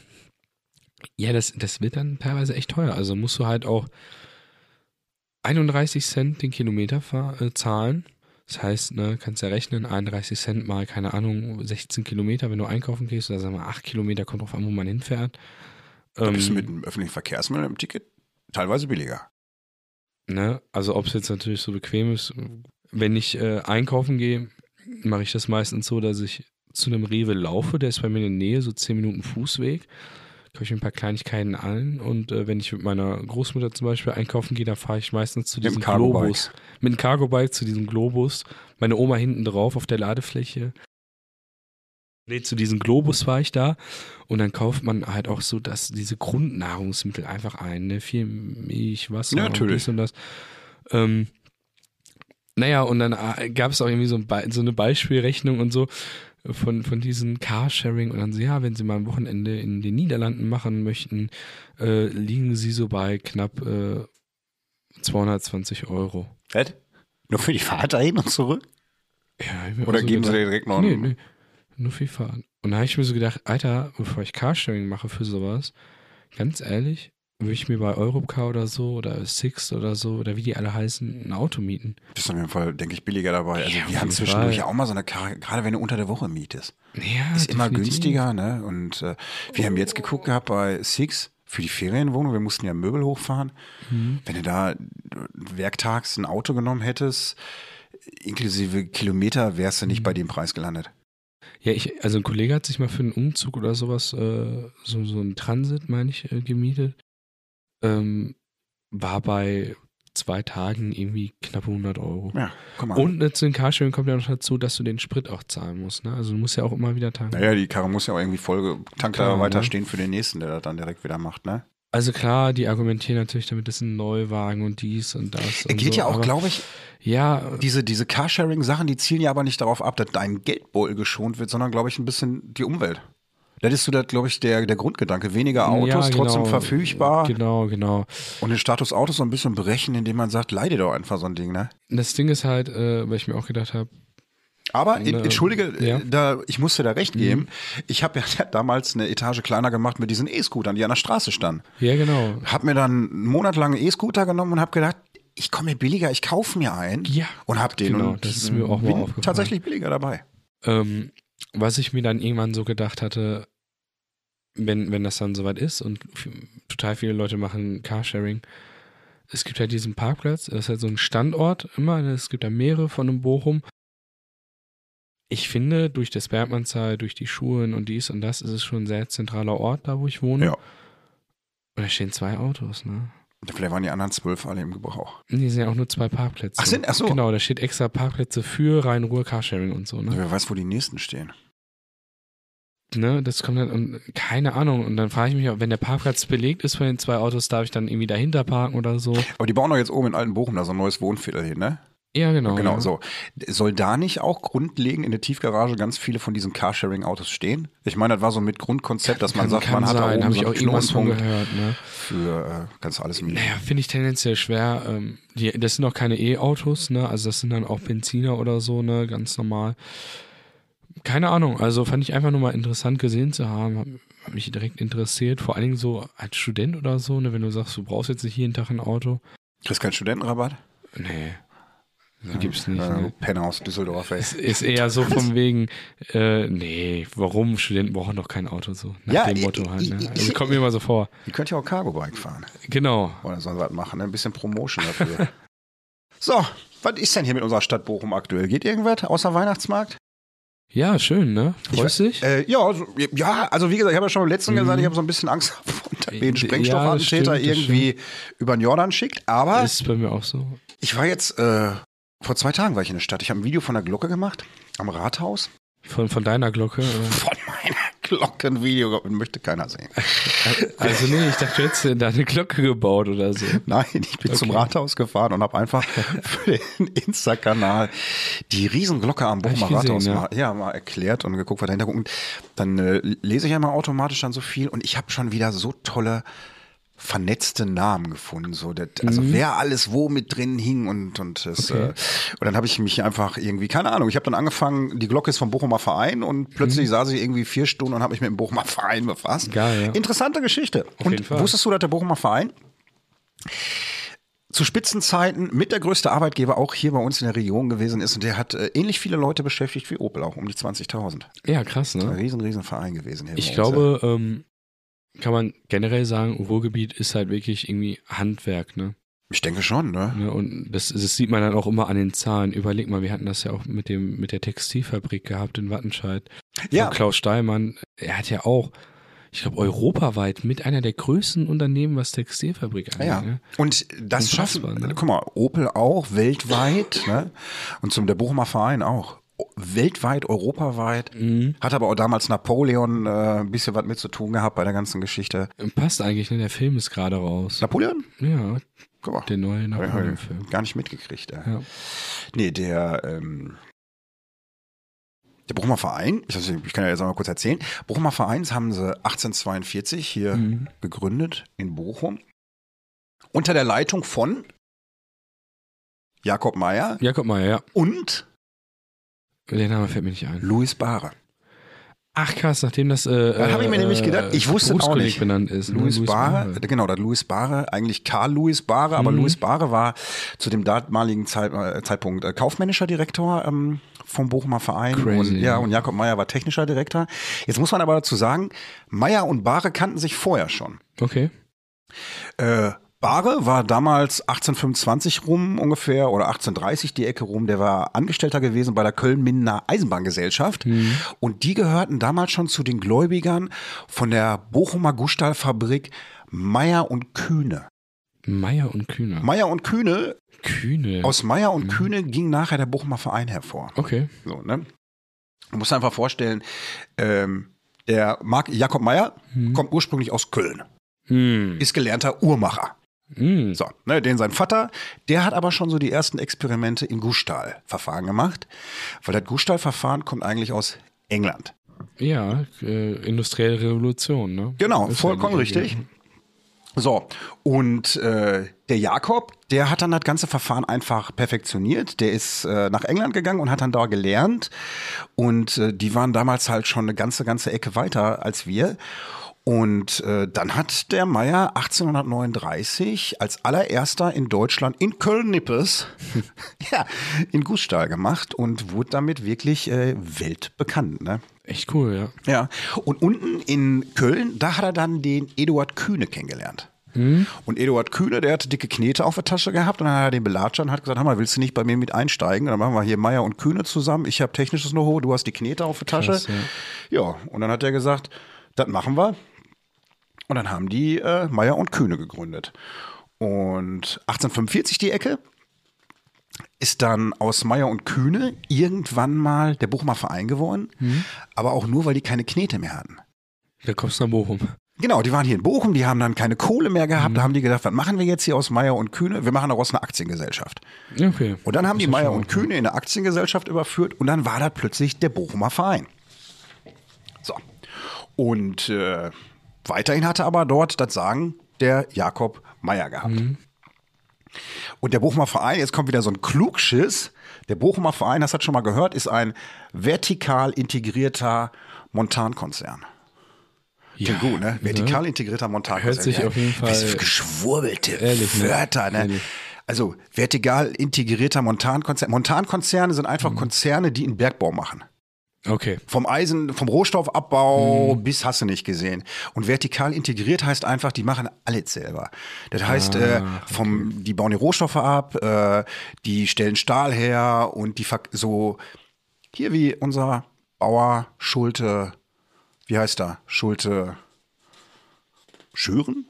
[SPEAKER 2] ja, das, das wird dann teilweise echt teuer. Also musst du halt auch 31 Cent den Kilometer fahr, äh, zahlen. Das heißt, ne, kannst ja rechnen, 31 Cent mal, keine Ahnung, 16 Kilometer, wenn du einkaufen gehst, oder sagen wir 8 Kilometer, kommt drauf an, wo man hinfährt.
[SPEAKER 1] Da
[SPEAKER 2] Ähm.
[SPEAKER 1] bist du mit dem öffentlichen Verkehrsmittel im Ticket teilweise billiger.
[SPEAKER 2] Ne? Also ob es jetzt natürlich so bequem ist, wenn ich äh, einkaufen gehe, mache ich das meistens so, dass ich zu einem Rewe laufe, der ist bei mir in der Nähe, so 10 Minuten Fußweg. Kaufe ich mir ein paar Kleinigkeiten ein und äh, wenn ich mit meiner Großmutter zum Beispiel einkaufen gehe, dann fahre ich meistens zu
[SPEAKER 1] Mit dem
[SPEAKER 2] diesem
[SPEAKER 1] Cargo-Bike.
[SPEAKER 2] Globus. Mit dem Cargo-Bike zu diesem Globus. Meine Oma hinten drauf auf der Ladefläche. Nee, zu diesem Globus war ich da und dann kauft man halt auch so das, diese Grundnahrungsmittel einfach ein. Ne? Viel Milch, Wasser
[SPEAKER 1] Ja, natürlich.
[SPEAKER 2] und dies und das. Ähm, Naja, und dann gab es auch irgendwie so, ein Be- so eine Beispielrechnung und so von, von diesen Carsharing und dann so, ja, wenn Sie mal ein Wochenende in den Niederlanden machen möchten, äh, liegen Sie so bei knapp äh, 220 Euro.
[SPEAKER 1] Was? Nur für die Fahrt dahin und zurück?
[SPEAKER 2] Ja, ich hab mir
[SPEAKER 1] Oder
[SPEAKER 2] auch so
[SPEAKER 1] geben sie
[SPEAKER 2] gedacht,
[SPEAKER 1] dir direkt noch
[SPEAKER 2] Nee,
[SPEAKER 1] einen?
[SPEAKER 2] nee, nur viel fahren. Und da habe ich mir so gedacht, Alter, bevor ich Carsharing mache für sowas, ganz ehrlich, würde ich mir bei Europcar oder so oder Six oder so oder wie die alle heißen, ein Auto mieten.
[SPEAKER 1] Bist auf jeden Fall, denke ich, billiger dabei. Also
[SPEAKER 2] Ja, auf
[SPEAKER 1] wir haben
[SPEAKER 2] jeden
[SPEAKER 1] zwischendurch
[SPEAKER 2] Fall.
[SPEAKER 1] auch mal so eine Karre, gerade wenn du unter der Woche mietest.
[SPEAKER 2] Ja,
[SPEAKER 1] ist immer
[SPEAKER 2] definitiv.
[SPEAKER 1] günstiger, ne? Und äh, wir haben jetzt geguckt gehabt bei Six für die Ferienwohnung. Wir mussten ja Möbel hochfahren.
[SPEAKER 2] Mhm.
[SPEAKER 1] Wenn du da äh, werktags ein Auto genommen hättest, inklusive Kilometer, wärst du
[SPEAKER 2] Mhm.
[SPEAKER 1] nicht bei dem Preis gelandet.
[SPEAKER 2] Ja, ich, also ein Kollege hat sich mal für einen Umzug oder sowas, äh, so, so einen Transit, meine ich, äh, gemietet. Ähm, war bei zwei Tagen irgendwie knapp 100 Euro.
[SPEAKER 1] Ja, guck mal.
[SPEAKER 2] Und äh, zu den Carsharing kommt ja noch dazu, dass du den Sprit auch zahlen musst. Ne? Also du musst ja auch immer wieder tanken.
[SPEAKER 1] Naja, die Karre muss ja auch irgendwie voll tankt
[SPEAKER 2] Klar,
[SPEAKER 1] da
[SPEAKER 2] ne?
[SPEAKER 1] weiter stehen für den nächsten, der das dann direkt wieder macht, ne?
[SPEAKER 2] Also klar, die argumentieren natürlich damit, das sind Neuwagen und dies und das. Und
[SPEAKER 1] Geht
[SPEAKER 2] so,
[SPEAKER 1] ja auch,
[SPEAKER 2] aber-
[SPEAKER 1] glaube ich,
[SPEAKER 2] Ja,
[SPEAKER 1] Diese, diese Carsharing-Sachen, die zielen ja aber nicht darauf ab, dass dein Geldbeutel geschont wird, sondern, glaube ich, ein bisschen die Umwelt. Das ist so, das, glaube ich, der, der Grundgedanke. Weniger Autos,
[SPEAKER 2] ja,
[SPEAKER 1] trotzdem
[SPEAKER 2] genau,
[SPEAKER 1] verfügbar.
[SPEAKER 2] Genau, genau.
[SPEAKER 1] Und den Status Autos so ein bisschen brechen, indem man sagt, leide doch einfach so ein Ding, ne?
[SPEAKER 2] Das Ding ist halt, äh, weil ich mir auch gedacht habe,
[SPEAKER 1] Aber
[SPEAKER 2] Ne,
[SPEAKER 1] entschuldige,
[SPEAKER 2] ja. Mhm.
[SPEAKER 1] äh, da, ich muss dir da recht geben. Ich habe ja (laughs) damals eine Etage kleiner gemacht mit diesen E-Scootern, die an der Straße standen.
[SPEAKER 2] ja genau.
[SPEAKER 1] Hab mir dann einen Monat lang einen E-Scooter genommen und habe gedacht, ich komme mir billiger, ich kaufe mir einen
[SPEAKER 2] Ja,
[SPEAKER 1] und hab den
[SPEAKER 2] genau,
[SPEAKER 1] und
[SPEAKER 2] das ist mir auch mal
[SPEAKER 1] bin
[SPEAKER 2] aufgefallen.
[SPEAKER 1] tatsächlich billiger dabei.
[SPEAKER 2] Ähm, was ich mir dann irgendwann so gedacht hatte, wenn, wenn das dann soweit ist und f- total viele Leute machen Carsharing, es gibt halt diesen Parkplatz, das ist halt so ein Standort immer, ne? es gibt da mehrere von einem Bochum. Ich finde, durch das Bergmannstal, durch die Schulen und dies und das ist es schon ein sehr zentraler Ort, da wo ich wohne.
[SPEAKER 1] Ja.
[SPEAKER 2] Und da stehen zwei Autos, ne?
[SPEAKER 1] Vielleicht waren die anderen zwölf alle im Gebrauch.
[SPEAKER 2] Nee, sind ja auch nur zwei Parkplätze.
[SPEAKER 1] Ach, sind- ach so.
[SPEAKER 2] Genau, da steht extra Parkplätze für Rhein-Ruhr Carsharing und so, ne?
[SPEAKER 1] Also Wer weiß, wo die nächsten stehen.
[SPEAKER 2] ne, das kommt dann und keine Ahnung. Und dann frage ich mich auch, wenn der Parkplatz belegt ist von den zwei Autos, darf ich dann irgendwie dahinter parken oder so?
[SPEAKER 1] Aber die bauen doch jetzt oben in Altenbochum da so ein neues Wohnviertel hin, ne?
[SPEAKER 2] Ja, genau.
[SPEAKER 1] genau,
[SPEAKER 2] ja.
[SPEAKER 1] so. Soll da nicht auch grundlegend in der Tiefgarage ganz viele von diesen Carsharing-Autos stehen? Ich meine, das war so mit Grundkonzept, dass man
[SPEAKER 2] Kann,
[SPEAKER 1] sagt,
[SPEAKER 2] kann
[SPEAKER 1] man hat
[SPEAKER 2] sein,
[SPEAKER 1] da oben
[SPEAKER 2] habe
[SPEAKER 1] so
[SPEAKER 2] ich
[SPEAKER 1] einen
[SPEAKER 2] auch irgendwas von
[SPEAKER 1] Knotenpunkt
[SPEAKER 2] gehört. Ne?
[SPEAKER 1] für, äh, kannst du alles mieten.
[SPEAKER 2] Naja, finde ich tendenziell schwer. Ähm, die, das sind auch keine E-Autos, ne? Also das sind dann auch Benziner oder so, ne? Ganz normal. Keine Ahnung. Also fand ich einfach nur mal interessant gesehen zu haben. Hat, hat mich direkt interessiert. Vor allen Dingen so als Student oder so, ne? Wenn du sagst, du brauchst jetzt nicht jeden Tag ein Auto.
[SPEAKER 1] Kriegst keinen Studentenrabatt?
[SPEAKER 2] Nee. Gibt's nicht.
[SPEAKER 1] Äh,
[SPEAKER 2] ne?
[SPEAKER 1] du Penner aus Düsseldorf,
[SPEAKER 2] (laughs)
[SPEAKER 1] ey.
[SPEAKER 2] Es ist eher so von wegen, äh, nee, warum? Studenten brauchen doch kein Auto so. Nach
[SPEAKER 1] Ja,
[SPEAKER 2] dem
[SPEAKER 1] i-
[SPEAKER 2] Motto halt.
[SPEAKER 1] i- i-
[SPEAKER 2] Ne? Also kommt mir immer so vor.
[SPEAKER 1] Ihr könnt ja auch Cargo-Bike fahren.
[SPEAKER 2] Genau.
[SPEAKER 1] Oder so was machen, ne? ein bisschen Promotion dafür.
[SPEAKER 2] (laughs)
[SPEAKER 1] so, was ist denn hier mit unserer Stadt Bochum aktuell? Geht irgendwas außer Weihnachtsmarkt?
[SPEAKER 2] Ja, schön, ne?
[SPEAKER 1] Ich
[SPEAKER 2] Freust dich?
[SPEAKER 1] Äh, ja, so, ja, also wie gesagt, ich habe ja schon beim letzten Mal gesagt,
[SPEAKER 2] Mhm. Äh,
[SPEAKER 1] ich habe so ein bisschen Angst (laughs) vor den
[SPEAKER 2] Ja,
[SPEAKER 1] Sprengstoffattentäter
[SPEAKER 2] das stimmt, das
[SPEAKER 1] irgendwie über den Jordan schickt. Aber
[SPEAKER 2] Ist bei mir auch so.
[SPEAKER 1] ich war jetzt, äh, vor zwei Tagen war ich in der Stadt. Ich habe ein Video von der Glocke gemacht, am Rathaus. (laughs)
[SPEAKER 2] Von, von deiner Glocke. äh.
[SPEAKER 1] Von meiner Glocke ein Video, gemacht, möchte keiner sehen.
[SPEAKER 2] Also nee, ich dachte, du hättest dir deine Glocke gebaut oder so.
[SPEAKER 1] (laughs) Nein, ich bin
[SPEAKER 2] Okay.
[SPEAKER 1] zum Rathaus gefahren und habe
[SPEAKER 2] (laughs)
[SPEAKER 1] einfach für den Insta-Kanal die Riesenglocke am
[SPEAKER 2] ich
[SPEAKER 1] Bochumer
[SPEAKER 2] gesehen,
[SPEAKER 1] Rathaus
[SPEAKER 2] ja.
[SPEAKER 1] mal, ja, mal erklärt und geguckt, was dahinter guckt. Und Dann äh, lese ich einmal automatisch dann so viel und ich habe schon wieder so tolle vernetzte Namen gefunden, so das, also wer alles wo mit drin hing und und das,
[SPEAKER 2] Mhm. Okay.
[SPEAKER 1] äh, und dann habe ich mich einfach irgendwie keine Ahnung, ich habe dann angefangen, die Glocke ist vom Bochumer Verein und plötzlich saß ich irgendwie vier Stunden und habe mich mit dem Bochumer Verein befasst.
[SPEAKER 2] Mhm. Geil, ja.
[SPEAKER 1] Interessante Geschichte. und
[SPEAKER 2] jeden Fall.
[SPEAKER 1] wusstest du, dass der Bochumer Verein zu Spitzenzeiten mit der größte Arbeitgeber auch hier bei uns in der Region gewesen ist und der hat äh, ähnlich viele Leute beschäftigt wie Opel auch, um die 20.000.
[SPEAKER 2] Ja, krass,
[SPEAKER 1] Ein
[SPEAKER 2] ne?
[SPEAKER 1] riesen, riesen Verein gewesen. Hier bei
[SPEAKER 2] Ich
[SPEAKER 1] uns,
[SPEAKER 2] glaube, ähm, kann man generell sagen, Ruhrgebiet ist halt wirklich irgendwie Handwerk, ne?
[SPEAKER 1] ja. Ich denke schon, ne?
[SPEAKER 2] Ne, und das, das sieht man dann auch immer an den Zahlen. Überleg mal, wir hatten das ja auch mit, dem, mit der Textilfabrik gehabt in Wattenscheid.
[SPEAKER 1] Ja.
[SPEAKER 2] Ja. Von Klaus Steinmann. Er hat ja auch, ich glaube, europaweit mit einer der größten Unternehmen, was Textilfabrik angeht.
[SPEAKER 1] Ja.
[SPEAKER 2] Ne?
[SPEAKER 1] Und das
[SPEAKER 2] Unfassbar,
[SPEAKER 1] schaffen,
[SPEAKER 2] ne?
[SPEAKER 1] guck mal, Opel auch weltweit, ne? Und zum der Bochumer Verein auch. weltweit, europaweit.
[SPEAKER 2] Mhm.
[SPEAKER 1] Hat aber auch damals Napoleon äh, ein bisschen was mit zu tun gehabt bei der ganzen Geschichte.
[SPEAKER 2] Passt eigentlich, ne? Der Film ist gerade raus.
[SPEAKER 1] Napoleon?
[SPEAKER 2] Ja,
[SPEAKER 1] Guck mal.
[SPEAKER 2] der neue
[SPEAKER 1] Hab ich heute
[SPEAKER 2] Napoleon-Film.
[SPEAKER 1] ähm, Gar nicht mitgekriegt. Ey.
[SPEAKER 2] Ja.
[SPEAKER 1] Nee, der, ähm, der Bochumer Verein, ich, weiß nicht, ich kann ja jetzt auch mal kurz erzählen, Bochumer Vereins haben sie 1842 hier
[SPEAKER 2] Mhm.
[SPEAKER 1] gegründet in Bochum. Unter der Leitung von Jakob Meyer
[SPEAKER 2] Jakob Meyer, ja.
[SPEAKER 1] und
[SPEAKER 2] Der Name fällt mir nicht ein.
[SPEAKER 1] Louis Bahre.
[SPEAKER 2] Ach krass, nachdem das. Äh,
[SPEAKER 1] Das hab ich mir
[SPEAKER 2] äh,
[SPEAKER 1] nämlich gedacht. Ich
[SPEAKER 2] äh,
[SPEAKER 1] wusste auch
[SPEAKER 2] Berufskolleg
[SPEAKER 1] nicht.
[SPEAKER 2] benannt ist. ne?
[SPEAKER 1] Louis Bahre,
[SPEAKER 2] Barre.
[SPEAKER 1] genau, der Louis Bahre, eigentlich Karl Louis Bahre, aber
[SPEAKER 2] Mhm.
[SPEAKER 1] Louis Bahre war zu dem damaligen Zeit, äh, Zeitpunkt äh, kaufmännischer Direktor ähm, vom Bochumer Verein
[SPEAKER 2] Crazy,
[SPEAKER 1] und, ja,
[SPEAKER 2] ja.
[SPEAKER 1] und Jakob Meyer war technischer Direktor. Jetzt muss man aber dazu sagen, Meyer und Bahre kannten sich vorher schon.
[SPEAKER 2] Okay.
[SPEAKER 1] Äh, Bahre war damals 1825 rum ungefähr oder 1830 die Ecke rum. Der war Angestellter gewesen bei der Köln-Mindener Eisenbahngesellschaft. Und die gehörten damals schon zu den Gläubigern von der Bochumer Gustahlfabrik Meier und Kühne.
[SPEAKER 2] Meier und Kühne.
[SPEAKER 1] Meier und Kühne,
[SPEAKER 2] Kühne.
[SPEAKER 1] aus Meier und Kühne ging nachher der Bochumer Verein hervor.
[SPEAKER 2] okay.
[SPEAKER 1] So, ne? Du musst dir einfach vorstellen, ähm, der Mark Jakob Meier kommt ursprünglich aus Köln,
[SPEAKER 2] Mhm.
[SPEAKER 1] ist gelernter Uhrmacher.
[SPEAKER 2] Mhm.
[SPEAKER 1] So, ne, den sein Vater, der hat aber schon so die ersten Experimente im Gustahl-Verfahren gemacht, weil das Gustahl-Verfahren kommt eigentlich aus England.
[SPEAKER 2] Ja, äh, industrielle Revolution, ne?
[SPEAKER 1] Genau,
[SPEAKER 2] Ist ja
[SPEAKER 1] vollkommen
[SPEAKER 2] die-
[SPEAKER 1] richtig. So, und äh, der Jakob, der hat dann das ganze Verfahren einfach perfektioniert. Der ist äh, nach England gegangen und hat dann da gelernt. Und äh, die waren damals halt schon eine ganze, ganze Ecke weiter als wir. Und äh, dann hat der Meier 1839 als allererster in Deutschland in Köln-Nippes (laughs) ja, in Gussstahl gemacht und wurde damit wirklich äh, weltbekannt. Ne?
[SPEAKER 2] Echt cool, ja.
[SPEAKER 1] Ja, und unten in Köln, da hat er dann den Eduard Kühne kennengelernt. Und Eduard Kühne, der hatte dicke Knete auf der Tasche gehabt und dann hat er den belatscht und hat gesagt, hör mal, willst du nicht bei mir mit einsteigen? Und dann machen wir hier Meier und Kühne zusammen. Ich habe technisches Know-how, du hast die Knete auf der Tasche.
[SPEAKER 2] Krass,
[SPEAKER 1] ja. und dann hat er gesagt, das machen wir. Und dann haben die äh, Meier und Kühne gegründet. Und 1845 die Ecke ist dann aus Meier und Kühne irgendwann mal der Bochumer Verein geworden, aber auch nur, weil die keine Knete mehr hatten.
[SPEAKER 2] Da kommst du nach Bochum.
[SPEAKER 1] Genau, die waren hier in Bochum, die haben dann keine Kohle mehr
[SPEAKER 2] Mhm.
[SPEAKER 1] gehabt, da haben die gedacht, was machen wir jetzt hier aus Meier und Kühne? Wir machen daraus eine Aktiengesellschaft.
[SPEAKER 2] Ja, Okay.
[SPEAKER 1] Und dann haben die
[SPEAKER 2] Ist ja
[SPEAKER 1] Meier
[SPEAKER 2] schon
[SPEAKER 1] und
[SPEAKER 2] okay.
[SPEAKER 1] Kühne in eine Aktiengesellschaft überführt und dann war da plötzlich der Bochumer Verein. So. Und äh, weiterhin hatte aber dort das Sagen der Jakob Meier gehabt.
[SPEAKER 2] Mhm.
[SPEAKER 1] Und der Bochumer Verein, jetzt kommt wieder so ein Klugschiss. Der Bochumer Verein, das hat schon mal gehört, ist ein vertikal integrierter Montankonzern.
[SPEAKER 2] Ja,
[SPEAKER 1] Klingt gut, ne? Vertikal integrierter Montankonzern.
[SPEAKER 2] Hört sich
[SPEAKER 1] Ja.
[SPEAKER 2] auf jeden Fall-
[SPEAKER 1] Was für geschwurbelte
[SPEAKER 2] Ehrlich, ne?
[SPEAKER 1] Wörter, ne?
[SPEAKER 2] Ehrlich.
[SPEAKER 1] Also vertikal integrierter Montankonzern. Montankonzerne sind
[SPEAKER 2] Mhm.
[SPEAKER 1] einfach Konzerne, die einen Bergbau machen.
[SPEAKER 2] Okay.
[SPEAKER 1] Vom Eisen, vom Rohstoffabbau bis hast du nicht gesehen. Und vertikal integriert heißt einfach, die machen alles selber. Das heißt, äh, vom, die bauen die Rohstoffe ab, äh, die stellen Stahl her und die verk- so hier wie unser Bauer Schulte, wie heißt er? Schulte Schüren?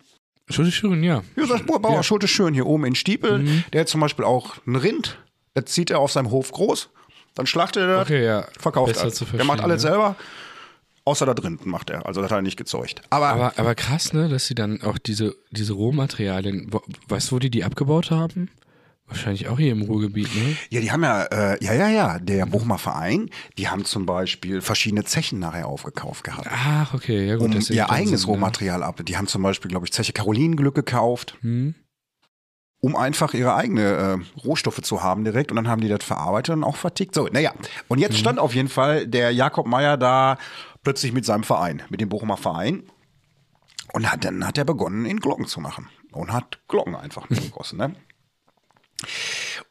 [SPEAKER 2] Schuldig schön, ja. Mhm.
[SPEAKER 1] Ja, das Bauer Schulte Schön hier oben in Stiepel, der hat zum Beispiel auch ein Rind, das zieht er auf seinem Hof groß, dann schlachtet er das,
[SPEAKER 2] Okay, ja.
[SPEAKER 1] verkauft
[SPEAKER 2] Besser
[SPEAKER 1] das.
[SPEAKER 2] zu
[SPEAKER 1] Der macht
[SPEAKER 2] verstehen,
[SPEAKER 1] alles
[SPEAKER 2] ja.
[SPEAKER 1] selber, außer da drinnen macht er, also das hat er nicht gezeugt. Aber,
[SPEAKER 2] Aber, aber krass, ne, dass sie dann auch diese, diese Rohmaterialien, wo, weißt du, wo die die abgebaut haben? Wahrscheinlich auch hier im Ruhrgebiet, ne?
[SPEAKER 1] ja, die haben ja, äh, ja, ja, ja, der Bochumer Verein, die haben zum Beispiel verschiedene Zechen nachher aufgekauft gehabt.
[SPEAKER 2] Ach, okay, ja gut.
[SPEAKER 1] um
[SPEAKER 2] das ergibt
[SPEAKER 1] ihr
[SPEAKER 2] dann
[SPEAKER 1] eigenes
[SPEAKER 2] Sinn, ne?
[SPEAKER 1] Rohmaterial ab. Die haben zum Beispiel, glaube ich, Zeche Carolinenglück gekauft,
[SPEAKER 2] Hm.
[SPEAKER 1] um einfach ihre eigene äh, Rohstoffe zu haben direkt. Und dann haben die das verarbeitet und auch vertickt. So, naja. Und
[SPEAKER 2] Hm.
[SPEAKER 1] jetzt stand auf jeden Fall der Jakob Meyer da plötzlich mit seinem Verein, mit dem Bochumer Verein. Und hat, dann hat er begonnen, in Glocken zu machen. Und hat Glocken
[SPEAKER 2] (laughs)
[SPEAKER 1] einfach nur gegossen. Ne?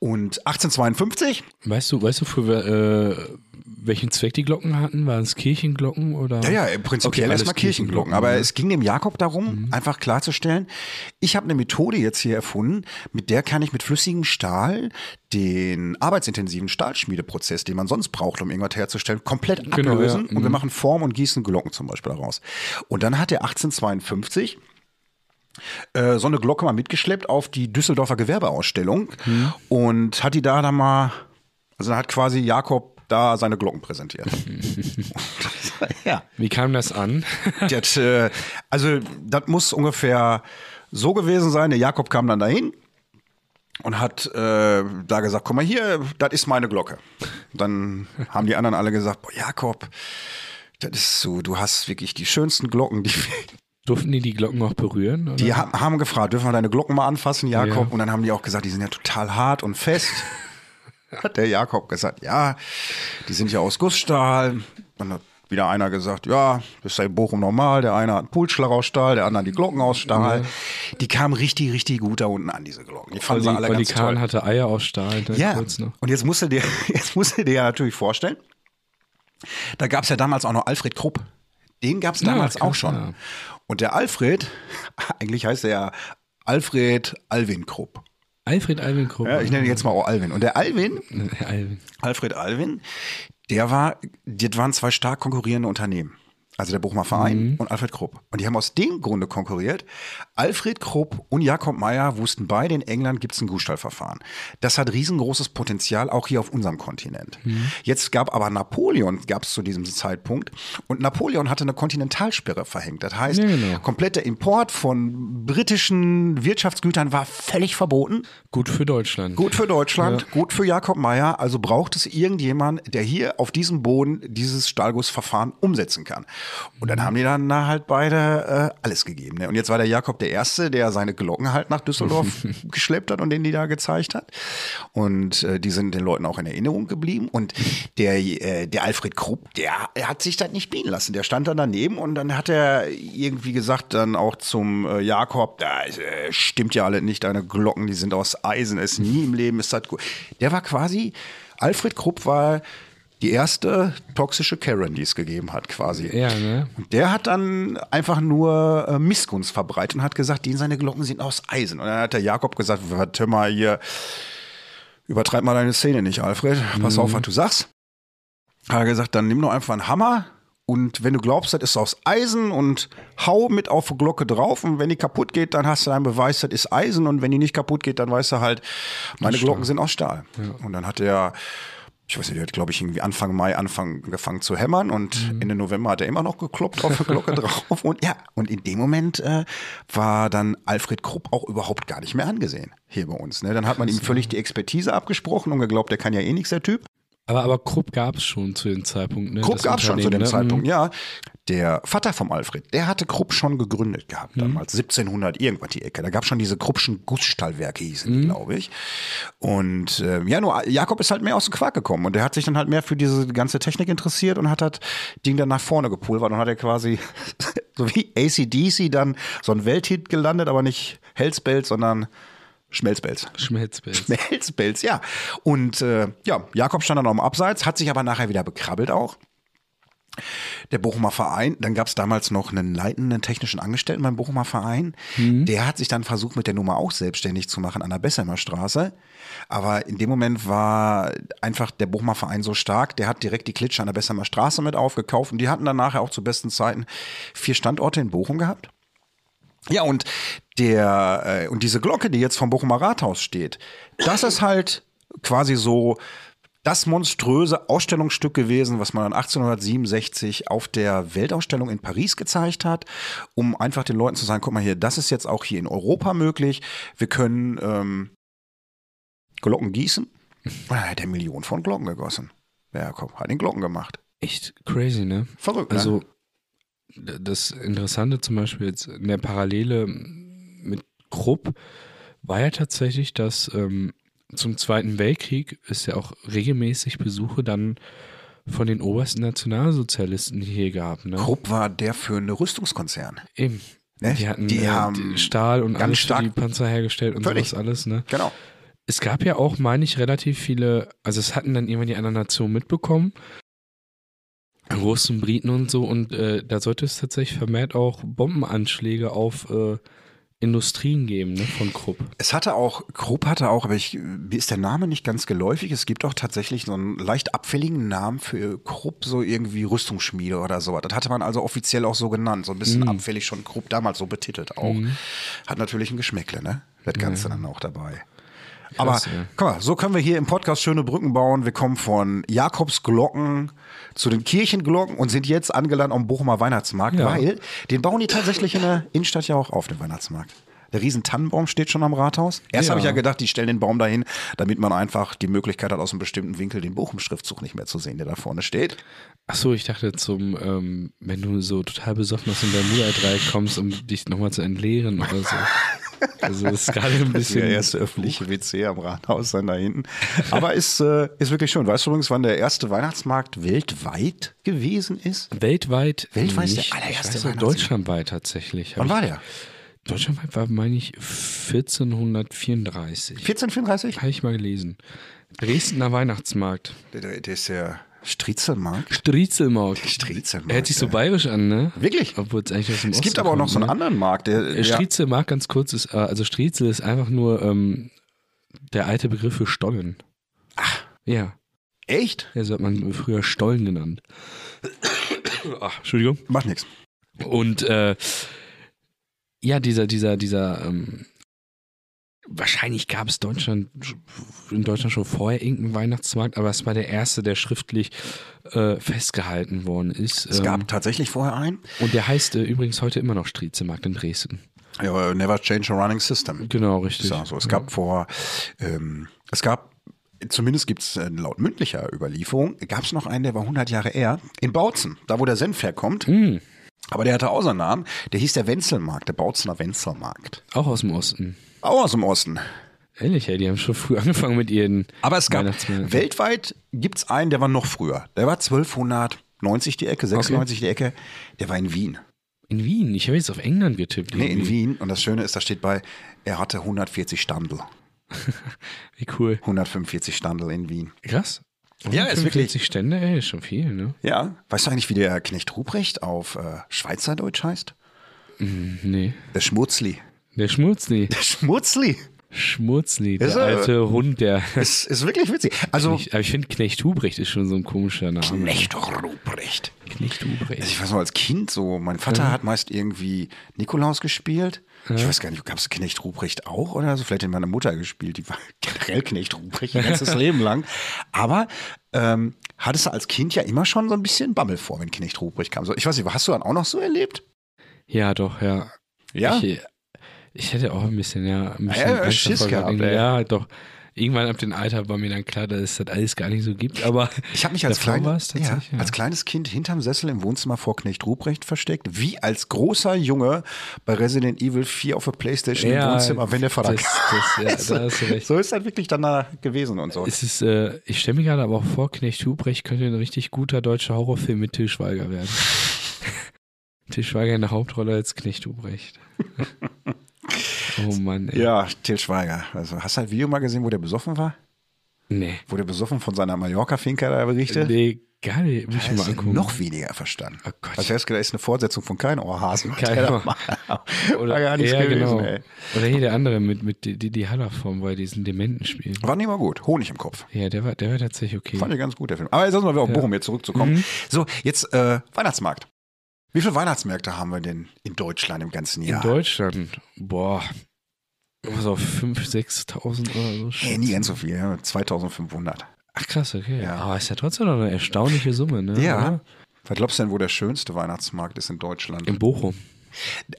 [SPEAKER 1] Und 1852
[SPEAKER 2] Weißt du, weißt du, für äh, welchen Zweck die Glocken hatten? Waren es Kirchenglocken oder?
[SPEAKER 1] Ja, ja, im prinzipiell
[SPEAKER 2] Okay, alles
[SPEAKER 1] erstmal Kirchenglocken. Aber
[SPEAKER 2] ne?
[SPEAKER 1] es ging dem Jakob darum, einfach klarzustellen, ich habe eine Methode jetzt hier erfunden, mit der kann ich mit flüssigem Stahl den arbeitsintensiven Stahlschmiedeprozess, den man sonst braucht, um irgendwas herzustellen, komplett
[SPEAKER 2] Genau,
[SPEAKER 1] ablösen.
[SPEAKER 2] ja.
[SPEAKER 1] Und wir machen Form und gießen Glocken zum Beispiel daraus. Und dann hat er 1852 äh, so eine Glocke mal mitgeschleppt auf die Düsseldorfer Gewerbeausstellung und hat die da dann mal, also da hat quasi Jakob da seine Glocken präsentiert. (laughs) ja.
[SPEAKER 2] Wie kam das an? (laughs)
[SPEAKER 1] Das, äh, also, das muss ungefähr so gewesen sein. Der Jakob kam dann dahin und hat äh, da gesagt: Guck mal hier, das ist meine Glocke. Dann haben die anderen alle gesagt: Boah, Jakob, das ist so, du hast wirklich die schönsten Glocken, die wir,
[SPEAKER 2] Durften die die Glocken auch berühren? Oder?
[SPEAKER 1] Die ha- haben gefragt, dürfen wir deine Glocken mal anfassen, Jakob?
[SPEAKER 2] Ja.
[SPEAKER 1] Und dann haben die auch gesagt, die sind ja total hart und (laughs) fest. Hat der Jakob gesagt, ja, die sind ja aus Gussstahl. Dann hat wieder einer gesagt, ja, das sei Bochum normal. Der eine hat Pulsschlag aus Stahl, der andere die Glocken aus Stahl. Die kamen richtig, richtig gut da unten an, diese Glocken. Die fanden sie alle
[SPEAKER 2] Olli
[SPEAKER 1] ganz toll.
[SPEAKER 2] Kahn hatte Eier aus Stahl. Da
[SPEAKER 1] Ja,
[SPEAKER 2] Also kurz ne? noch.
[SPEAKER 1] und jetzt musst du dir, (laughs) jetzt musst du dir ja natürlich vorstellen, da gab es ja damals auch noch Alfred Krupp. Den gab es
[SPEAKER 2] Ja,
[SPEAKER 1] damals auch
[SPEAKER 2] krass,
[SPEAKER 1] schon.
[SPEAKER 2] ja.
[SPEAKER 1] Und der Alfred, (laughs) eigentlich heißt er ja Alfred Alwin Krupp.
[SPEAKER 2] Alfred Alvin Krupp.
[SPEAKER 1] Ja, ich nenne ihn jetzt mal auch Alwin. Und der Alwin,
[SPEAKER 2] (laughs) Herr Alvin.
[SPEAKER 1] Alfred Alwin, der war, das waren zwei stark konkurrierende Unternehmen. Also der Bochumer
[SPEAKER 2] Mhm.
[SPEAKER 1] Verein und Alfred Krupp. Und die haben aus dem Grunde konkurriert. Alfred Krupp und Jakob Meyer wussten beide, in England gibt es ein Gussstallverfahren. Das hat riesengroßes Potenzial, auch hier auf unserem Kontinent.
[SPEAKER 2] Mhm.
[SPEAKER 1] Jetzt gab aber Napoleon, gab es zu diesem Zeitpunkt. Und Napoleon hatte eine Kontinentalsperre verhängt. Das heißt,
[SPEAKER 2] Ja, genau.
[SPEAKER 1] kompletter Import von britischen Wirtschaftsgütern war völlig verboten.
[SPEAKER 2] Gut für Deutschland.
[SPEAKER 1] Gut für Deutschland, gut für Jakob Meyer. Also braucht es irgendjemand, der hier auf diesem Boden dieses Stahlgussverfahren umsetzen kann. Und dann haben die dann da halt beide äh, alles gegeben. Ne? Und jetzt war der Jakob der Erste, der seine Glocken halt nach Düsseldorf geschleppt hat und den die da gezeigt hat. Und äh, die sind den Leuten auch in Erinnerung geblieben. Und der, äh, der Alfred Krupp, der hat sich das nicht bieten lassen. Der stand dann daneben und dann hat er irgendwie gesagt, dann auch zum äh, Jakob, da äh, stimmt ja alle nicht, deine Glocken, die sind aus Eisen, ist nie im Leben, ist das gut. Der war quasi, Alfred Krupp war die erste toxische Karen, die es gegeben hat, quasi.
[SPEAKER 2] Ja, ne?
[SPEAKER 1] Und der hat dann einfach nur äh, Missgunst verbreitet und hat gesagt, die seine Glocken sind aus Eisen. Und dann hat der Jakob gesagt, warte mal hier, übertreib mal deine Szene nicht, Alfred. Pass auf, was du sagst. Hat er gesagt, dann nimm doch einfach einen Hammer und wenn du glaubst, das ist aus Eisen und hau mit auf die Glocke drauf und wenn die kaputt geht, dann hast du deinen Beweis, das ist Eisen und wenn die nicht kaputt geht, dann weißt du halt, meine Glocken sind aus Stahl. Und dann hat er, ich weiß nicht, der hat glaube ich irgendwie Anfang Mai angefangen gefangen zu hämmern und Ende November hat er immer noch gekloppt auf die Glocke drauf und ja, und in dem Moment äh, war dann Alfred Krupp auch überhaupt gar nicht mehr angesehen hier bei uns. Ne? Dann hat man ihm völlig die Expertise abgesprochen und geglaubt, der kann ja eh nichts, der Typ.
[SPEAKER 2] Aber, aber Krupp gab es schon zu dem Zeitpunkt. Ne?
[SPEAKER 1] Krupp
[SPEAKER 2] Das
[SPEAKER 1] gab es schon zu dem
[SPEAKER 2] Unternehmen, ne?
[SPEAKER 1] Zeitpunkt, ja. Der Vater vom Alfred, der hatte Krupp schon gegründet gehabt
[SPEAKER 2] Mhm.
[SPEAKER 1] damals, 1700 irgendwas die Ecke. Da gab es schon diese Kruppschen Gussstahlwerke, hießen
[SPEAKER 2] Mhm.
[SPEAKER 1] die, glaube ich. Und äh, ja, nur Jakob ist halt mehr aus dem Quark gekommen und der hat sich dann halt mehr für diese ganze Technik interessiert und hat das Ding dann nach vorne gepulvert und hat er quasi, (laughs) so wie ACDC, dann so ein Welthit gelandet, aber nicht Hellsbelz, sondern Schmelzbelz.
[SPEAKER 2] Schmelzbild.
[SPEAKER 1] Schmelzpelz, ja. Und äh, ja, Jakob stand dann noch im Abseits, hat sich aber nachher wieder bekrabbelt auch. Der Bochumer Verein, dann gab es damals noch einen leitenden technischen Angestellten beim Bochumer Verein. Der hat sich dann versucht, mit der Nummer auch selbstständig zu machen an der Bessemer Straße. Aber in dem Moment war einfach der Bochumer Verein so stark, der hat direkt die Klitsche an der Bessemer Straße mit aufgekauft und die hatten dann nachher auch zu besten Zeiten vier Standorte in Bochum gehabt. Ja, und der äh, und diese Glocke, die jetzt vom Bochumer Rathaus steht, das ist halt quasi so das monströse Ausstellungsstück gewesen, was man 1867 auf der Weltausstellung in Paris gezeigt hat, um einfach den Leuten zu sagen, guck mal hier, das ist jetzt auch hier in Europa möglich. Wir können ähm, Glocken gießen.
[SPEAKER 2] (laughs)
[SPEAKER 1] Und dann hat er Millionen von Glocken gegossen. Ja, komm, hat den Glocken gemacht.
[SPEAKER 2] Echt crazy, ne?
[SPEAKER 1] Verrückt, ne?
[SPEAKER 2] Also, d- das Interessante zum Beispiel jetzt in der Parallele mit Krupp war ja tatsächlich, dass ähm, zum Zweiten Weltkrieg es ja auch regelmäßig Besuche dann von den obersten Nationalsozialisten hier gab. Ne?
[SPEAKER 1] Krupp war der für eine Rüstungskonzern.
[SPEAKER 2] Eben.
[SPEAKER 1] Ne?
[SPEAKER 2] Die hatten
[SPEAKER 1] Die
[SPEAKER 2] äh,
[SPEAKER 1] haben
[SPEAKER 2] die Stahl und
[SPEAKER 1] ganz
[SPEAKER 2] alles für
[SPEAKER 1] stark-
[SPEAKER 2] die Panzer hergestellt und
[SPEAKER 1] Völlig.
[SPEAKER 2] sowas alles, ne?
[SPEAKER 1] Genau.
[SPEAKER 2] Es gab ja auch, meine ich, relativ viele, also es hatten dann irgendwann die anderen Nationen mitbekommen, Russen, Briten und so, und äh, da sollte es tatsächlich vermehrt auch Bombenanschläge auf äh, Industrien geben, ne, von Krupp.
[SPEAKER 1] Es hatte auch, Krupp hatte auch, aber ich, mir ist der Name nicht ganz geläufig. Es gibt auch tatsächlich so einen leicht abfälligen Namen für Krupp, so irgendwie Rüstungsschmiede oder sowas. Das hatte man also offiziell auch so genannt, so ein bisschen abfällig schon Krupp damals so betitelt auch. Hat natürlich ein Geschmäckle, ne? Das Ganze dann auch dabei. Aber
[SPEAKER 2] Krass, ja.
[SPEAKER 1] guck mal, so können wir hier im Podcast schöne Brücken bauen. Wir kommen von Jakobsglocken zu den Kirchenglocken und sind jetzt angelangt am Bochumer Weihnachtsmarkt,
[SPEAKER 2] Ja.
[SPEAKER 1] weil den bauen die tatsächlich in der Innenstadt ja auch auf, den Weihnachtsmarkt. Der riesen Tannenbaum steht schon am Rathaus. Erst
[SPEAKER 2] Ja.
[SPEAKER 1] habe ich ja gedacht, die stellen den Baum dahin, damit man einfach die Möglichkeit hat, aus einem bestimmten Winkel den Bochum-Schriftzug nicht mehr zu sehen, der da vorne steht.
[SPEAKER 2] Achso, ich dachte zum, ähm, wenn du so total besoffen aus dem Bermuda-Dreieck kommst, um dich nochmal zu entleeren oder so. Also das ist gerade
[SPEAKER 1] (laughs)
[SPEAKER 2] ein
[SPEAKER 1] Das ist
[SPEAKER 2] bisschen.
[SPEAKER 1] der erste öffentliche WC am Rathaus dann da hinten. Aber ist, äh, ist wirklich schön. Weißt du übrigens, wann der erste Weihnachtsmarkt weltweit gewesen ist?
[SPEAKER 2] Weltweit.
[SPEAKER 1] Weltweit ist
[SPEAKER 2] nicht,
[SPEAKER 1] der allererste
[SPEAKER 2] ich weiß nicht,
[SPEAKER 1] Weihnachtsmarkt.
[SPEAKER 2] Deutschlandweit tatsächlich. Hab
[SPEAKER 1] Wann
[SPEAKER 2] ich-
[SPEAKER 1] war der?
[SPEAKER 2] Deutschlandweit war, meine ich, 1434.
[SPEAKER 1] 1434?
[SPEAKER 2] Habe ich mal gelesen. Dresdner Weihnachtsmarkt.
[SPEAKER 1] Der, der, der ist der Striezelmarkt.
[SPEAKER 2] Striezelmarkt.
[SPEAKER 1] Striezelmarkt,
[SPEAKER 2] Er hört sich so
[SPEAKER 1] ja.
[SPEAKER 2] bayerisch an, ne?
[SPEAKER 1] Wirklich?
[SPEAKER 2] Obwohl es eigentlich aus dem
[SPEAKER 1] Es
[SPEAKER 2] Osten
[SPEAKER 1] gibt aber auch noch
[SPEAKER 2] kommt,
[SPEAKER 1] so einen
[SPEAKER 2] ne?
[SPEAKER 1] anderen Markt. Der,
[SPEAKER 2] Äh,
[SPEAKER 1] der,
[SPEAKER 2] Striezelmarkt, ganz kurz, ist, äh, also Striezel ist einfach nur ähm, der alte Begriff für Stollen.
[SPEAKER 1] Ah.
[SPEAKER 2] Ach. Ja.
[SPEAKER 1] echt?
[SPEAKER 2] Also hat man früher
[SPEAKER 1] (coughs)
[SPEAKER 2] Stollen genannt. Ach, Entschuldigung.
[SPEAKER 1] Macht nichts.
[SPEAKER 2] Und äh, ja, dieser, dieser, dieser, ähm, wahrscheinlich gab es Deutschland, in Deutschland schon vorher irgendeinen Weihnachtsmarkt, aber es war der erste, der schriftlich äh, festgehalten worden ist.
[SPEAKER 1] Es
[SPEAKER 2] Ähm,
[SPEAKER 1] gab tatsächlich vorher einen.
[SPEAKER 2] und der heißt äh, übrigens heute immer noch Striezelmarkt in Dresden.
[SPEAKER 1] Ja, Never Change a Running System.
[SPEAKER 2] Genau,
[SPEAKER 1] Das
[SPEAKER 2] richtig.
[SPEAKER 1] ist auch so. Es gab vor, ähm, es gab, zumindest gibt es laut mündlicher Überlieferung, gab es noch einen, der war 100 Jahre eher, in Bautzen, da wo der Senf herkommt.
[SPEAKER 2] Hm,
[SPEAKER 1] Aber der hatte auch seinen Namen, der hieß der Wenzelmarkt, der Bautzener Wenzelmarkt.
[SPEAKER 2] auch aus dem Osten.
[SPEAKER 1] Auch aus dem Osten.
[SPEAKER 2] Ehrlich, ey, die haben schon früh (laughs) angefangen mit ihren
[SPEAKER 1] Aber es gab,
[SPEAKER 2] Weihnachtsmärkten.
[SPEAKER 1] weltweit gibt es einen, der war noch früher. Der war 1290 die Ecke, 96 die Ecke. Der war in Wien.
[SPEAKER 2] in Wien. Ich habe jetzt auf England getippt.
[SPEAKER 1] Nee, in
[SPEAKER 2] irgendwie.
[SPEAKER 1] Wien. Und das Schöne ist, da steht bei, er hatte 140 Standel.
[SPEAKER 2] Wie cool.
[SPEAKER 1] 145 Standel in Wien.
[SPEAKER 2] Krass.
[SPEAKER 1] Ja, ist wirklich-
[SPEAKER 2] 45 Stände, ey, ist schon viel, ne?
[SPEAKER 1] Ja. Weißt du eigentlich, wie der Knecht Ruprecht auf äh, Schweizerdeutsch heißt?
[SPEAKER 2] Nee.
[SPEAKER 1] Der Schmutzli.
[SPEAKER 2] Der Schmutzli.
[SPEAKER 1] Der Schmutzli.
[SPEAKER 2] Schmutzli, der
[SPEAKER 1] Ist er-
[SPEAKER 2] alte Hund, der.
[SPEAKER 1] Das ist wirklich witzig. Also,
[SPEAKER 2] Ich, aber ich finde Knecht Hubrecht ist schon so ein komischer Name. Also
[SPEAKER 1] Knecht Ruprecht.
[SPEAKER 2] Knecht Hubrecht.
[SPEAKER 1] Ich weiß noch, als Kind so, mein Vater hat meist irgendwie Nikolaus gespielt. Ich weiß gar nicht, gab es Knecht Ruprecht auch oder so? Vielleicht hat meine Mutter gespielt, die war (laughs) generell Knecht Ruprecht ihr
[SPEAKER 2] (laughs)
[SPEAKER 1] ganzes Leben lang. Aber ähm, hattest du als Kind ja immer schon so ein bisschen Bammel vor, wenn Knecht Ruprecht kam. So, ich weiß nicht, hast du dann auch noch so erlebt?
[SPEAKER 2] Ja, doch, ja.
[SPEAKER 1] Ja.
[SPEAKER 2] Ich, ich hätte auch ein bisschen, ja. Ein bisschen
[SPEAKER 1] Ja, ja,
[SPEAKER 2] Angst
[SPEAKER 1] Schiss
[SPEAKER 2] davor
[SPEAKER 1] gehabt,
[SPEAKER 2] irgendwie.
[SPEAKER 1] ey.
[SPEAKER 2] Ja, doch. Irgendwann ab dem Alter war mir dann klar, dass es das alles gar nicht so gibt, aber.
[SPEAKER 1] Ich habe mich als,
[SPEAKER 2] davor
[SPEAKER 1] klein,
[SPEAKER 2] war es tatsächlich,
[SPEAKER 1] ja,
[SPEAKER 2] ja.
[SPEAKER 1] als kleines Kind hinterm Sessel im Wohnzimmer vor Knecht Ruprecht versteckt, wie als großer Junge bei Resident Evil 4 auf der Playstation im
[SPEAKER 2] Ja,
[SPEAKER 1] Wohnzimmer, wenn der Vater
[SPEAKER 2] das-
[SPEAKER 1] kam.
[SPEAKER 2] das- ja, da hast du recht.
[SPEAKER 1] So ist halt wirklich dann da gewesen und so.
[SPEAKER 2] Es ist, äh, ich stelle mir gerade aber auch vor, Knecht Hubrecht könnte ein richtig guter deutscher Horrorfilm mit Til Schweiger werden.
[SPEAKER 1] (laughs)
[SPEAKER 2] Til Schweiger in der Hauptrolle als Knecht Hubrecht.
[SPEAKER 1] (laughs)
[SPEAKER 2] oh Mann, ey.
[SPEAKER 1] Ja, Til Schweiger. Also, hast du ein Video mal gesehen, wo der besoffen war?
[SPEAKER 2] Nee.
[SPEAKER 1] Wo der besoffen von seiner Mallorca-Finca da berichtet?
[SPEAKER 2] Nee, gar nicht. Muss ich
[SPEAKER 1] Hast
[SPEAKER 2] mal
[SPEAKER 1] du
[SPEAKER 2] angucken.
[SPEAKER 1] noch weniger verstanden.
[SPEAKER 2] Oh Gott.
[SPEAKER 1] Also, er hat gedacht, ist eine Fortsetzung von kein Ohrhasen.
[SPEAKER 2] Kein Ohr-
[SPEAKER 1] Oder war gar nicht
[SPEAKER 2] ja,
[SPEAKER 1] gewesen,
[SPEAKER 2] genau.
[SPEAKER 1] ey.
[SPEAKER 2] Oder hier der andere mit, mit die, die, die Hallerform, weil er diesen Dementen spielt.
[SPEAKER 1] War nicht mal gut. Honig im Kopf.
[SPEAKER 2] Ja, der war, der war tatsächlich okay.
[SPEAKER 1] Fand ich ganz gut, der Film. Aber jetzt lassen wir mal auf Bochum jetzt zurückzukommen.
[SPEAKER 2] Mhm.
[SPEAKER 1] So, jetzt äh, Weihnachtsmarkt. Wie viele Weihnachtsmärkte haben wir denn in Deutschland im ganzen
[SPEAKER 2] In
[SPEAKER 1] Jahr?
[SPEAKER 2] Deutschland, boah, so 5.000, 6.000 oder so.
[SPEAKER 1] Nee, nie ganz so viel. ja. 2500.
[SPEAKER 2] Ach krass, okay.
[SPEAKER 1] Ja.
[SPEAKER 2] Aber ist ja trotzdem noch eine erstaunliche Summe, ne?
[SPEAKER 1] Ja. Was glaubst du denn, wo der schönste Weihnachtsmarkt ist in Deutschland?
[SPEAKER 2] In Bochum,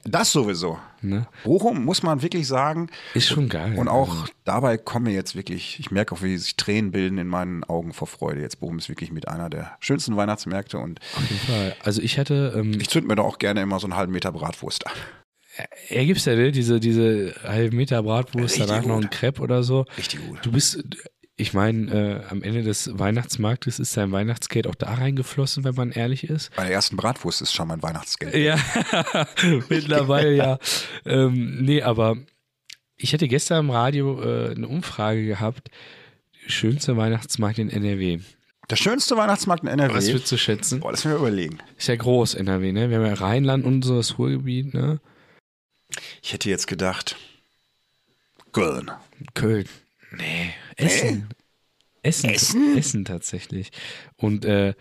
[SPEAKER 1] Das sowieso.
[SPEAKER 2] ne?
[SPEAKER 1] Bochum, muss man wirklich sagen,
[SPEAKER 2] Ist schon geil.
[SPEAKER 1] Und auch dabei kommen mir jetzt wirklich, ich merke auch, wie sich Tränen bilden in meinen Augen vor Freude. Jetzt Bochum ist wirklich mit einer der schönsten Weihnachtsmärkte und
[SPEAKER 2] Auf jeden Fall. Also ich hatte, ähm,
[SPEAKER 1] ich zünd mir da auch gerne immer so einen halben Meter Bratwurst an.
[SPEAKER 2] er gibt's ja, ne? Diese, diese halben Meter Bratwurst,
[SPEAKER 1] Richtig
[SPEAKER 2] danach noch
[SPEAKER 1] gut.
[SPEAKER 2] ein Crepe oder so.
[SPEAKER 1] Richtig gut.
[SPEAKER 2] Du bist, ich meine, äh, am Ende des Weihnachtsmarktes ist dein Weihnachtsgeld auch da reingeflossen, wenn man ehrlich ist.
[SPEAKER 1] Bei der ersten Bratwurst ist schon mein Weihnachtsgeld.
[SPEAKER 2] Ja, (laughs) mittlerweile ja. Ähm, nee, aber ich hatte gestern im Radio äh, eine Umfrage gehabt. Schönster Weihnachtsmarkt in NRW.
[SPEAKER 1] Der schönste Weihnachtsmarkt in
[SPEAKER 2] Was
[SPEAKER 1] NRW.
[SPEAKER 2] würdest du schätzen?
[SPEAKER 1] Boah, lass mich mal überlegen.
[SPEAKER 2] Ist ja groß, NRW, ne? Wir haben ja Rheinland und so das Ruhrgebiet, ne?
[SPEAKER 1] Ich hätte jetzt gedacht, Köln.
[SPEAKER 2] Köln. Nee. Essen. Essen.
[SPEAKER 1] Essen?
[SPEAKER 2] Essen tatsächlich. Und äh,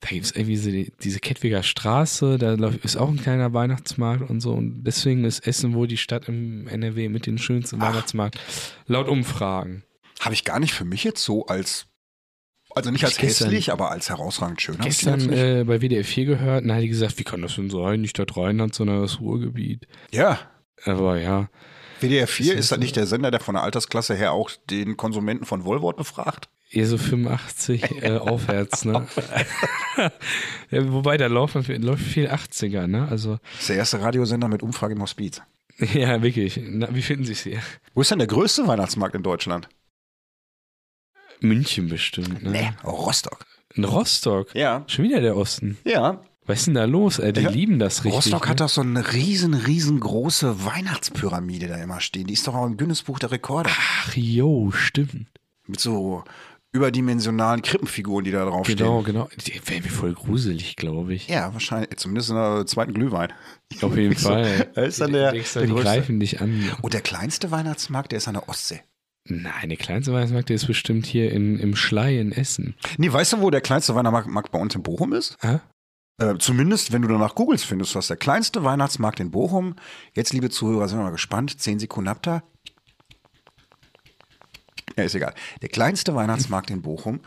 [SPEAKER 2] da gibt es irgendwie so die, diese Kettwiger Straße, da läuft- ist auch ein kleiner Weihnachtsmarkt und so. Und deswegen ist Essen wohl die Stadt im NRW mit dem schönsten
[SPEAKER 1] Ach.
[SPEAKER 2] Weihnachtsmarkt. Laut Umfragen.
[SPEAKER 1] Habe ich gar nicht für mich jetzt so als, also nicht
[SPEAKER 2] Hab
[SPEAKER 1] als
[SPEAKER 2] ich gestern-
[SPEAKER 1] hässlich, aber als herausragend schön. Hab ich die
[SPEAKER 2] Gestern
[SPEAKER 1] jetzt nicht.
[SPEAKER 2] äh, bei WDR 4 gehört, und da hat die gesagt, wie kann das denn sein? Nicht das Rheinland, sondern das Ruhrgebiet.
[SPEAKER 1] ja,
[SPEAKER 2] Aber ja,
[SPEAKER 1] WDR 4
[SPEAKER 2] ist
[SPEAKER 1] ist das
[SPEAKER 2] so-
[SPEAKER 1] nicht der Sender, der von der Altersklasse her auch den Konsumenten von Wollwort befragt?
[SPEAKER 2] eher eh so (laughs) 85 äh, aufwärts, ne? ja, wobei, da läuft, man- läuft viel 80er, ne? Also, (laughs)
[SPEAKER 1] Das ist der erste Radiosender mit Umfrage im Hospiz.
[SPEAKER 2] ja, wirklich. Na, wie finden Sie es hier?
[SPEAKER 1] Wo ist denn der größte Weihnachtsmarkt in Deutschland?
[SPEAKER 2] München bestimmt, ne?
[SPEAKER 1] Oh, Rostock.
[SPEAKER 2] In Rostock.
[SPEAKER 1] Ja.
[SPEAKER 2] Schon wieder der Osten.
[SPEAKER 1] Ja,
[SPEAKER 2] Was ist denn da los? Ey, die
[SPEAKER 1] Ja.
[SPEAKER 2] lieben das richtig.
[SPEAKER 1] Rostock
[SPEAKER 2] ne?
[SPEAKER 1] hat doch so eine riesen, riesengroße Weihnachtspyramide da immer stehen. Die ist doch auch im Guinness-Buch der Rekorde.
[SPEAKER 2] Ach, jo, stimmt.
[SPEAKER 1] Mit so überdimensionalen Krippenfiguren, die da draufstehen.
[SPEAKER 2] Genau, genau. Die wäre mir voll gruselig, glaube ich.
[SPEAKER 1] Ja, wahrscheinlich. Zumindest in der zweiten Glühwein.
[SPEAKER 2] Auf jeden
[SPEAKER 1] So,
[SPEAKER 2] Fall.
[SPEAKER 1] da (laughs) ist dann der-
[SPEAKER 2] die,
[SPEAKER 1] der
[SPEAKER 2] die
[SPEAKER 1] größte.
[SPEAKER 2] greifen dich an.
[SPEAKER 1] Und der kleinste Weihnachtsmarkt, der ist an der Ostsee.
[SPEAKER 2] Nein, der kleinste Weihnachtsmarkt, der ist bestimmt hier in, im Schlei in Essen.
[SPEAKER 1] Nee, weißt du, wo der kleinste Weihnachtsmarkt bei uns in Bochum ist?
[SPEAKER 2] Hä?
[SPEAKER 1] Äh, zumindest, wenn du danach googelst, findest du das. Der kleinste Weihnachtsmarkt in Bochum. Jetzt, liebe Zuhörer, sind wir mal gespannt. Zehn Sekunden habt ihr. Ja, ist egal. Der kleinste Weihnachtsmarkt in Bochum.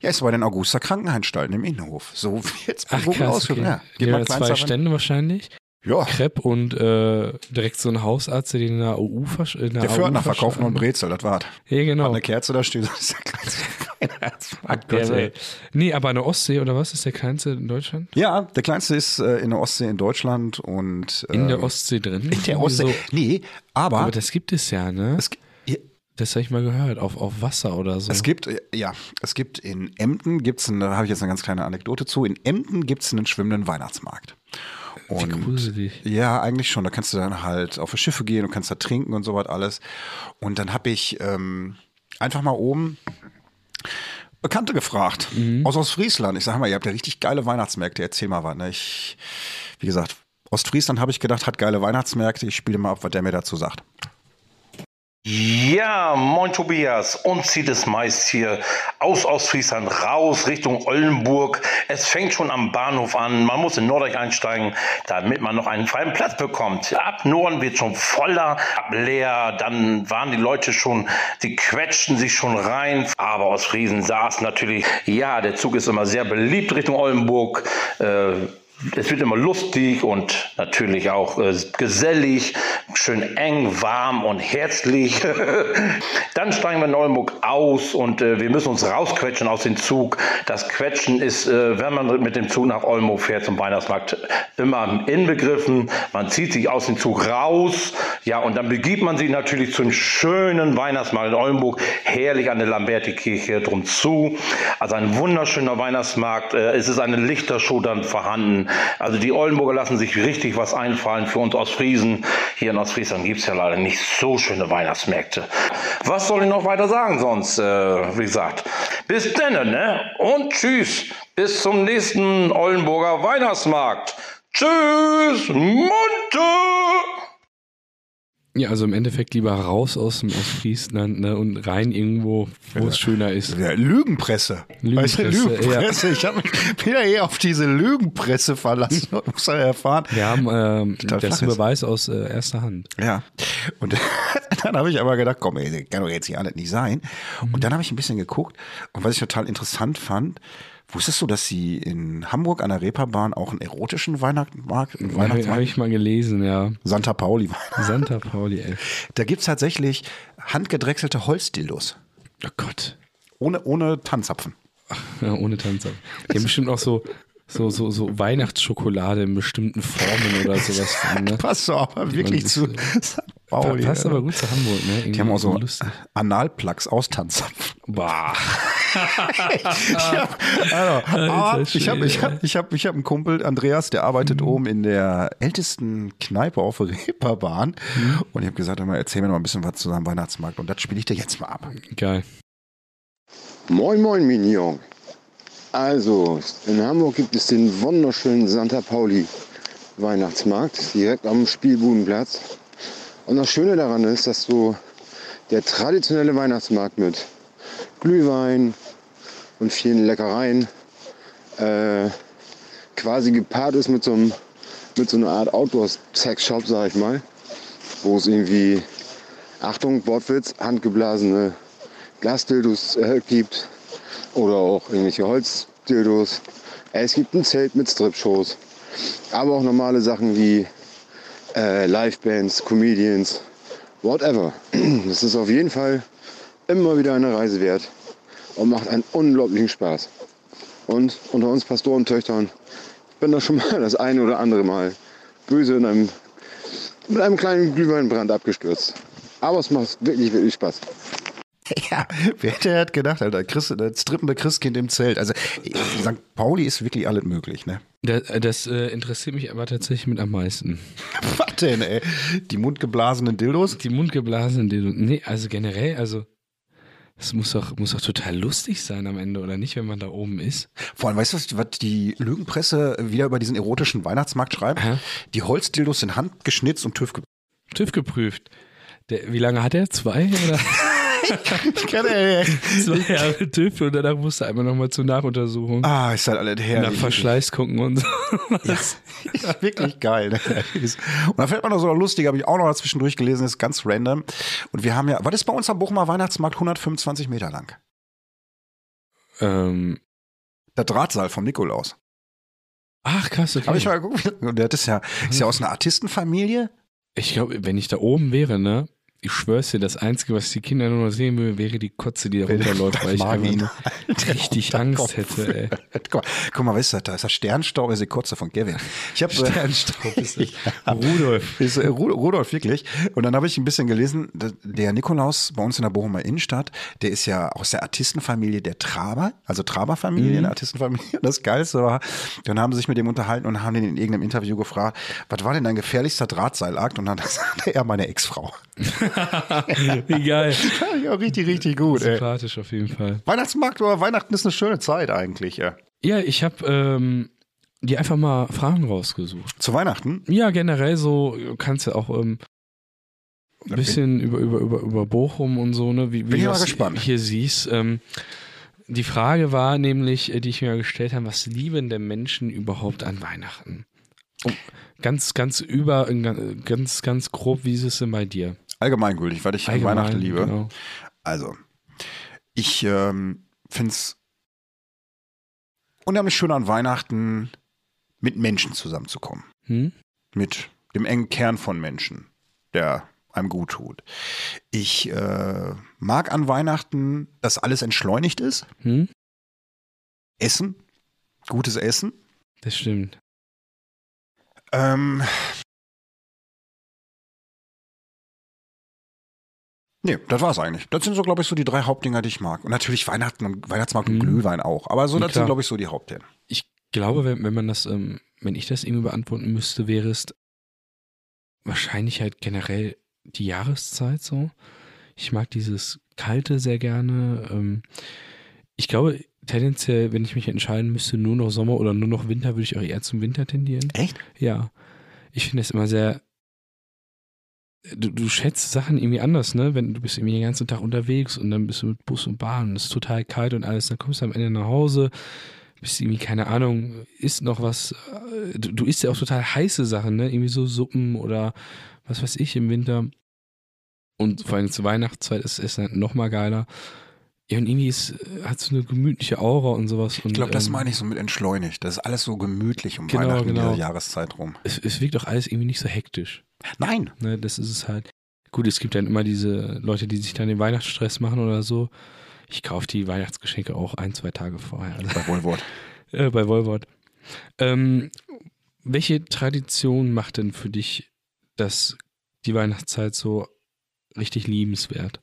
[SPEAKER 1] Ja, ist bei den Augusta Krankenanstalten im Innenhof. So wird's bei
[SPEAKER 2] Ach
[SPEAKER 1] Bochum
[SPEAKER 2] krass,
[SPEAKER 1] ausgeführt.
[SPEAKER 2] okay.
[SPEAKER 1] Ja, geht
[SPEAKER 2] Die
[SPEAKER 1] mal
[SPEAKER 2] haben
[SPEAKER 1] kleinster
[SPEAKER 2] zwei
[SPEAKER 1] Weihn-
[SPEAKER 2] Stände wahrscheinlich.
[SPEAKER 1] Ja,
[SPEAKER 2] Crepe und äh, direkt so ein Hausarzt, der den in der AU verschreibt.
[SPEAKER 1] der Fördner verkauft noch ein Brezel, das war's.
[SPEAKER 2] Ja, genau.
[SPEAKER 1] Eine Kerze da steht, das ist der
[SPEAKER 2] (laughs)
[SPEAKER 1] kleinste Weihnachtsmarkt.
[SPEAKER 2] Der, ey. nee, aber eine Ostsee oder was ist der kleinste in Deutschland?
[SPEAKER 1] Ja, der kleinste ist äh, in der Ostsee in Deutschland und
[SPEAKER 2] In der
[SPEAKER 1] ähm,
[SPEAKER 2] Ostsee drin?
[SPEAKER 1] in der Ostsee.
[SPEAKER 2] So,
[SPEAKER 1] Nee, aber,
[SPEAKER 2] aber das gibt es ja, ne?
[SPEAKER 1] es, ja,
[SPEAKER 2] Das habe ich mal gehört, auf, auf Wasser oder so.
[SPEAKER 1] es gibt äh, ja, es gibt in Emden gibt's, ein- da habe ich jetzt eine ganz kleine Anekdote zu. In Emden gibt's einen schwimmenden Weihnachtsmarkt.
[SPEAKER 2] Wie
[SPEAKER 1] Und
[SPEAKER 2] gruselig.
[SPEAKER 1] Ja, eigentlich schon. Da kannst du dann halt auf die Schiffe gehen und kannst da trinken und so was alles. Und dann habe ich ähm, einfach mal oben Bekannte gefragt, aus Ostfriesland. Ich sage mal, ihr habt ja richtig geile Weihnachtsmärkte, erzähl mal was. Ne? Ich, wie gesagt, Ostfriesland habe ich gedacht, hat geile Weihnachtsmärkte. Ich spiele mal ab, was der mir dazu sagt.
[SPEAKER 3] Ja, moin Tobias. Uns zieht es meist hier aus Ostfriesland raus Richtung Oldenburg. Es fängt schon am Bahnhof an. Man muss in Norddeich einsteigen, damit man noch einen freien Platz bekommt. Ab Norden wird schon voller, ab leer. Dann waren die Leute schon, die quetschten sich schon rein. Aber Ostfriesen saßen natürlich, ja, der Zug ist immer sehr beliebt Richtung Oldenburg. Äh, es wird immer lustig und natürlich auch äh, gesellig, schön eng, warm und herzlich. (laughs) Dann steigen wir in Neuenburg aus und äh, wir müssen uns rausquetschen aus dem Zug. Das Quetschen ist, äh, wenn man mit dem Zug nach Oldenburg fährt zum Weihnachtsmarkt, immer inbegriffen. Man zieht sich aus dem Zug raus, ja, und dann begibt man sich natürlich zum schönen Weihnachtsmarkt in Oldenburg, herrlich an der Lamberti-Kirche drum zu. Also ein wunderschöner Weihnachtsmarkt. Äh, Es ist eine Lichtershow dann vorhanden. Also die Oldenburger lassen sich richtig was einfallen für uns aus Friesen. Hier in Ostfriesland gibt es ja leider nicht so schöne Weihnachtsmärkte. Was soll ich noch weiter sagen sonst? Äh, wie gesagt, bis denne, ne? Und tschüss. Bis zum nächsten Oldenburger Weihnachtsmarkt. Tschüss, Munte!
[SPEAKER 2] Ja, also im Endeffekt lieber raus aus dem Ostfriesland ne, und rein irgendwo, wo es schöner ist.
[SPEAKER 1] Ja, Lügenpresse. Weißt du,
[SPEAKER 2] Lügenpresse,
[SPEAKER 1] Lügenpresse. Ich habe mich wieder eher auf diese Lügenpresse verlassen (laughs) und muss dann erfahren.
[SPEAKER 2] Wir haben ähm,
[SPEAKER 1] Total
[SPEAKER 2] das ist ein
[SPEAKER 1] flaches.
[SPEAKER 2] Beweis aus äh, erster Hand.
[SPEAKER 1] Ja. Und (laughs) dann habe ich aber gedacht, komm, ey, das kann doch jetzt hier alles nicht sein.
[SPEAKER 2] Mhm.
[SPEAKER 1] Und dann habe ich ein bisschen geguckt und was ich total interessant fand, wusstest du, dass sie in Hamburg an der Reeperbahn auch einen erotischen Weihnachtsmarkt, einen
[SPEAKER 2] Habe hab
[SPEAKER 1] Weihnachtsmarkt,
[SPEAKER 2] ich mal gelesen, ja.
[SPEAKER 1] Santa Pauli,
[SPEAKER 2] Santa Pauli, ey.
[SPEAKER 1] da gibt's tatsächlich handgedrechselte Holzdildos.
[SPEAKER 2] Oh Gott.
[SPEAKER 1] Ohne, ohne Tanzapfen.
[SPEAKER 2] (laughs) Ja, ohne Tanzer. Die haben bestimmt auch so, so, so, so Weihnachtsschokolade in bestimmten Formen
[SPEAKER 1] (laughs)
[SPEAKER 2] oder sowas. drin, Ne?
[SPEAKER 1] Passt doch aber wirklich
[SPEAKER 2] das-
[SPEAKER 1] zu St. Pauli.
[SPEAKER 2] Passt
[SPEAKER 1] ja.
[SPEAKER 2] aber gut zu Hamburg, ne?
[SPEAKER 1] Die haben auch so
[SPEAKER 2] Lustig.
[SPEAKER 1] Analplugs aus Tanzapfen. (laughs)
[SPEAKER 2] Bah.
[SPEAKER 1] ja, also, aber
[SPEAKER 2] Alter
[SPEAKER 1] ich habe ich hab, ich hab, ich hab einen Kumpel, Andreas, der arbeitet oben in der ältesten Kneipe auf der Reeperbahn. Und ich habe gesagt, hör mal, erzähl mir noch mal ein bisschen was zu seinem Weihnachtsmarkt. Und das spiele ich dir jetzt mal ab.
[SPEAKER 2] Geil.
[SPEAKER 4] Moin Moin Mignon. Also, in Hamburg gibt es den wunderschönen Santa Pauli Weihnachtsmarkt, direkt am Spielbudenplatz. Und das Schöne daran ist, dass so der traditionelle Weihnachtsmarkt mit Glühwein und vielen Leckereien äh, quasi gepaart ist mit so, einem, mit so einer Art Outdoor-Sex-Shop, sag ich mal, wo es irgendwie, Achtung, Wortwitz, handgeblasene Glasdildos äh, gibt oder auch irgendwelche Holzdildos. Äh, Es gibt ein Zelt mit Strip-Shows, aber auch normale Sachen wie äh, Livebands, Comedians, whatever. (clears throat) Das ist auf jeden Fall immer wieder eine Reise wert und macht einen unglaublichen Spaß. Und unter uns Pastorentöchtern, ich bin da schon mal das eine oder andere Mal böse in einem, mit einem kleinen Glühweinbrand abgestürzt. Aber es macht wirklich, wirklich Spaß.
[SPEAKER 1] Ja, wer hätte hat gedacht, Alter, Chris, das strippende Christkind im Zelt. Also St. Pauli ist wirklich alles möglich, ne? (laughs)
[SPEAKER 2] Das, das äh, interessiert mich aber tatsächlich mit am meisten.
[SPEAKER 1] Was denn, ey? Die mundgeblasenen Dildos?
[SPEAKER 2] Die mundgeblasenen Dildos. Nee, also generell, also das muss doch, muss doch total lustig sein am Ende, oder nicht, wenn man da oben ist?
[SPEAKER 1] Vor allem, weißt du, was- was die Lügenpresse wieder über diesen erotischen Weihnachtsmarkt schreibt?
[SPEAKER 2] Aha.
[SPEAKER 1] Die Holzdildos sind handgeschnitzt und TÜV geprüft.
[SPEAKER 2] TÜV geprüft. Der, wie lange hat er? Zwei oder? (laughs) Zwei Jahre TÜV und danach musste er einmal nochmal zur Nachuntersuchung.
[SPEAKER 1] (laughs) Ah, ist halt alles herrlich.
[SPEAKER 2] nach Verschleiß gucken und so.
[SPEAKER 1] Ist wirklich geil. Ne? Ist- Und da fällt man noch so lustig, habe ich auch noch zwischendurch gelesen, ist ganz random. Und wir haben ja, was ist bei uns am Bochumer Weihnachtsmarkt 125 Meter lang?
[SPEAKER 2] ähm,
[SPEAKER 1] Der Drahtseil vom Nikolaus.
[SPEAKER 2] ach, krass, okay.
[SPEAKER 1] Habe ich mal geguckt. Und der ist ja, ist ja aus einer Artistenfamilie.
[SPEAKER 2] Ich glaube, wenn ich da oben wäre, ne? Ich schwör's dir, das Einzige, was die Kinder nur noch sehen würden, wäre die Kotze, die da runterläuft, weil ich einfach
[SPEAKER 1] Marvin.
[SPEAKER 2] nur
[SPEAKER 1] (laughs)
[SPEAKER 2] (laughs) richtig Angst hätte, ey.
[SPEAKER 1] Guck mal, guck mal, was ist das da? Ist das Sternstaub? Ist die Kurze von Kevin. Ich habe (laughs)
[SPEAKER 2] Sternstaub ist das.
[SPEAKER 1] Rudolf. Ist, äh, Ru- Rudolf, wirklich. Und dann habe ich ein bisschen gelesen, da- der Nikolaus bei uns in der Bochumer Innenstadt, der ist ja aus der Artistenfamilie der Traber, also Traberfamilie in der Artistenfamilie. (laughs) Und das Geilste war, dann haben sie sich mit dem unterhalten und haben ihn in irgendeinem Interview gefragt, was war denn dein gefährlichster Drahtseilakt? Und dann (laughs) sagte er, meine Ex-Frau.
[SPEAKER 2] Wie geil.
[SPEAKER 1] ja, richtig, richtig gut. Ey.
[SPEAKER 2] Sympathisch auf jeden Fall.
[SPEAKER 1] Weihnachtsmarkt oder Weihnachten ist eine schöne Zeit eigentlich. Ja.
[SPEAKER 2] Ja, ich habe ähm, dir einfach mal Fragen rausgesucht.
[SPEAKER 1] Zu Weihnachten
[SPEAKER 2] Ja, generell so kannst du auch ähm, ein bisschen über, über, über, über Bochum und so, ne? Wie, wie
[SPEAKER 1] Bin ich
[SPEAKER 2] du
[SPEAKER 1] mal
[SPEAKER 2] das
[SPEAKER 1] gespannt.
[SPEAKER 2] hier siehst. Ähm, die Frage war nämlich, äh, die ich mir gestellt habe, was lieben denn Menschen überhaupt an Weihnachten?
[SPEAKER 1] Oh.
[SPEAKER 2] Und ganz, ganz über, äh, ganz, ganz grob, wie ist es denn bei dir?
[SPEAKER 1] allgemeingültig, weil ich
[SPEAKER 2] Allgemein,
[SPEAKER 1] Weihnachten liebe.
[SPEAKER 2] genau.
[SPEAKER 1] Also, ich ähm, finde es unheimlich schön an Weihnachten, mit Menschen zusammenzukommen.
[SPEAKER 2] Hm?
[SPEAKER 1] Mit dem engen Kern von Menschen, der einem gut tut. Ich äh, mag an Weihnachten, dass alles entschleunigt ist.
[SPEAKER 2] Hm?
[SPEAKER 1] Essen, gutes Essen.
[SPEAKER 2] Das stimmt.
[SPEAKER 1] Ähm. Nee, das war's eigentlich. Das sind so, glaube ich, so die drei Hauptdinger, die ich mag. Und natürlich Weihnachten und Weihnachtsmarkt und
[SPEAKER 2] Mhm.
[SPEAKER 1] Glühwein auch. Aber so,
[SPEAKER 2] Ja,
[SPEAKER 1] das
[SPEAKER 2] klar.
[SPEAKER 1] sind, glaube ich, so die Hauptdinger.
[SPEAKER 2] Ich glaube, wenn, wenn man das, ähm, wenn ich das irgendwie beantworten müsste, wäre es wahrscheinlich halt generell die Jahreszeit so. Ich mag dieses Kalte sehr gerne. Ähm, ich glaube, tendenziell, wenn ich mich entscheiden müsste, nur noch Sommer oder nur noch Winter, würde ich auch eher zum Winter tendieren.
[SPEAKER 1] Echt?
[SPEAKER 2] Ja. Ich finde es immer sehr. Du, du schätzt Sachen irgendwie anders, ne? Wenn du bist irgendwie den ganzen Tag unterwegs und dann bist du mit Bus und Bahn und es ist total kalt und alles, dann kommst du am Ende nach Hause, bist irgendwie, keine Ahnung, isst noch was. äh, Du, du isst ja auch total heiße Sachen, ne? Irgendwie so Suppen oder was weiß ich im Winter. Und vor allem zur Weihnachtszeit ist es dann nochmal geiler. Ja, und irgendwie ist, äh, hat so eine gemütliche Aura und ähm, sowas.
[SPEAKER 1] Ich glaube, das meine ich so mit entschleunigt. Das ist alles so gemütlich um
[SPEAKER 2] Genau,
[SPEAKER 1] Weihnachten,
[SPEAKER 2] genau.
[SPEAKER 1] diese Jahreszeit rum.
[SPEAKER 2] Es, es wirkt auch alles irgendwie nicht so hektisch.
[SPEAKER 1] Nein!
[SPEAKER 2] Ne, das ist es halt. Gut, es gibt dann immer diese Leute, die sich dann den Weihnachtsstress machen oder so. Ich kaufe die Weihnachtsgeschenke auch ein, zwei Tage vorher. Also, (laughs)
[SPEAKER 1] Bei Wohlwort.
[SPEAKER 2] äh, bei Wolwort. Ähm, welche Tradition macht denn für dich das, die Weihnachtszeit so richtig liebenswert?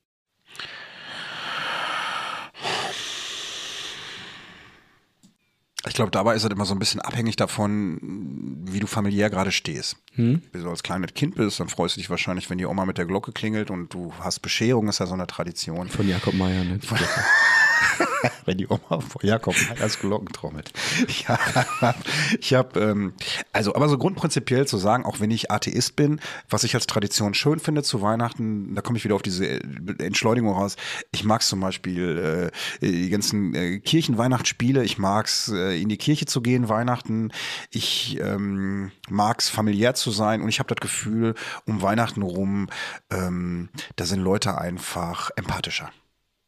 [SPEAKER 1] Ich glaube, dabei ist es immer so ein bisschen abhängig davon, wie du familiär gerade stehst.
[SPEAKER 2] Hm?
[SPEAKER 1] Wenn du als kleines Kind bist, dann freust du dich wahrscheinlich, wenn die Oma mit der Glocke klingelt und du hast Bescherung, ist ja so eine Tradition.
[SPEAKER 2] Von Jakob Meyer, ne? Die Glocke.
[SPEAKER 1] Wenn die Oma vor Jakob als Glocken trommelt. (laughs) Ja, ich habe, ähm, also, aber so grundprinzipiell zu sagen, auch wenn ich Atheist bin, was ich als Tradition schön finde zu Weihnachten, da komme ich wieder auf diese äh, Entschleunigung raus. Ich mag zum Beispiel äh, die ganzen äh, Kirchenweihnachtsspiele, ich mag es, äh, in die Kirche zu gehen Weihnachten, ich ähm, mag es, familiär zu sein und ich habe das Gefühl, um Weihnachten rum, ähm, da sind Leute einfach empathischer.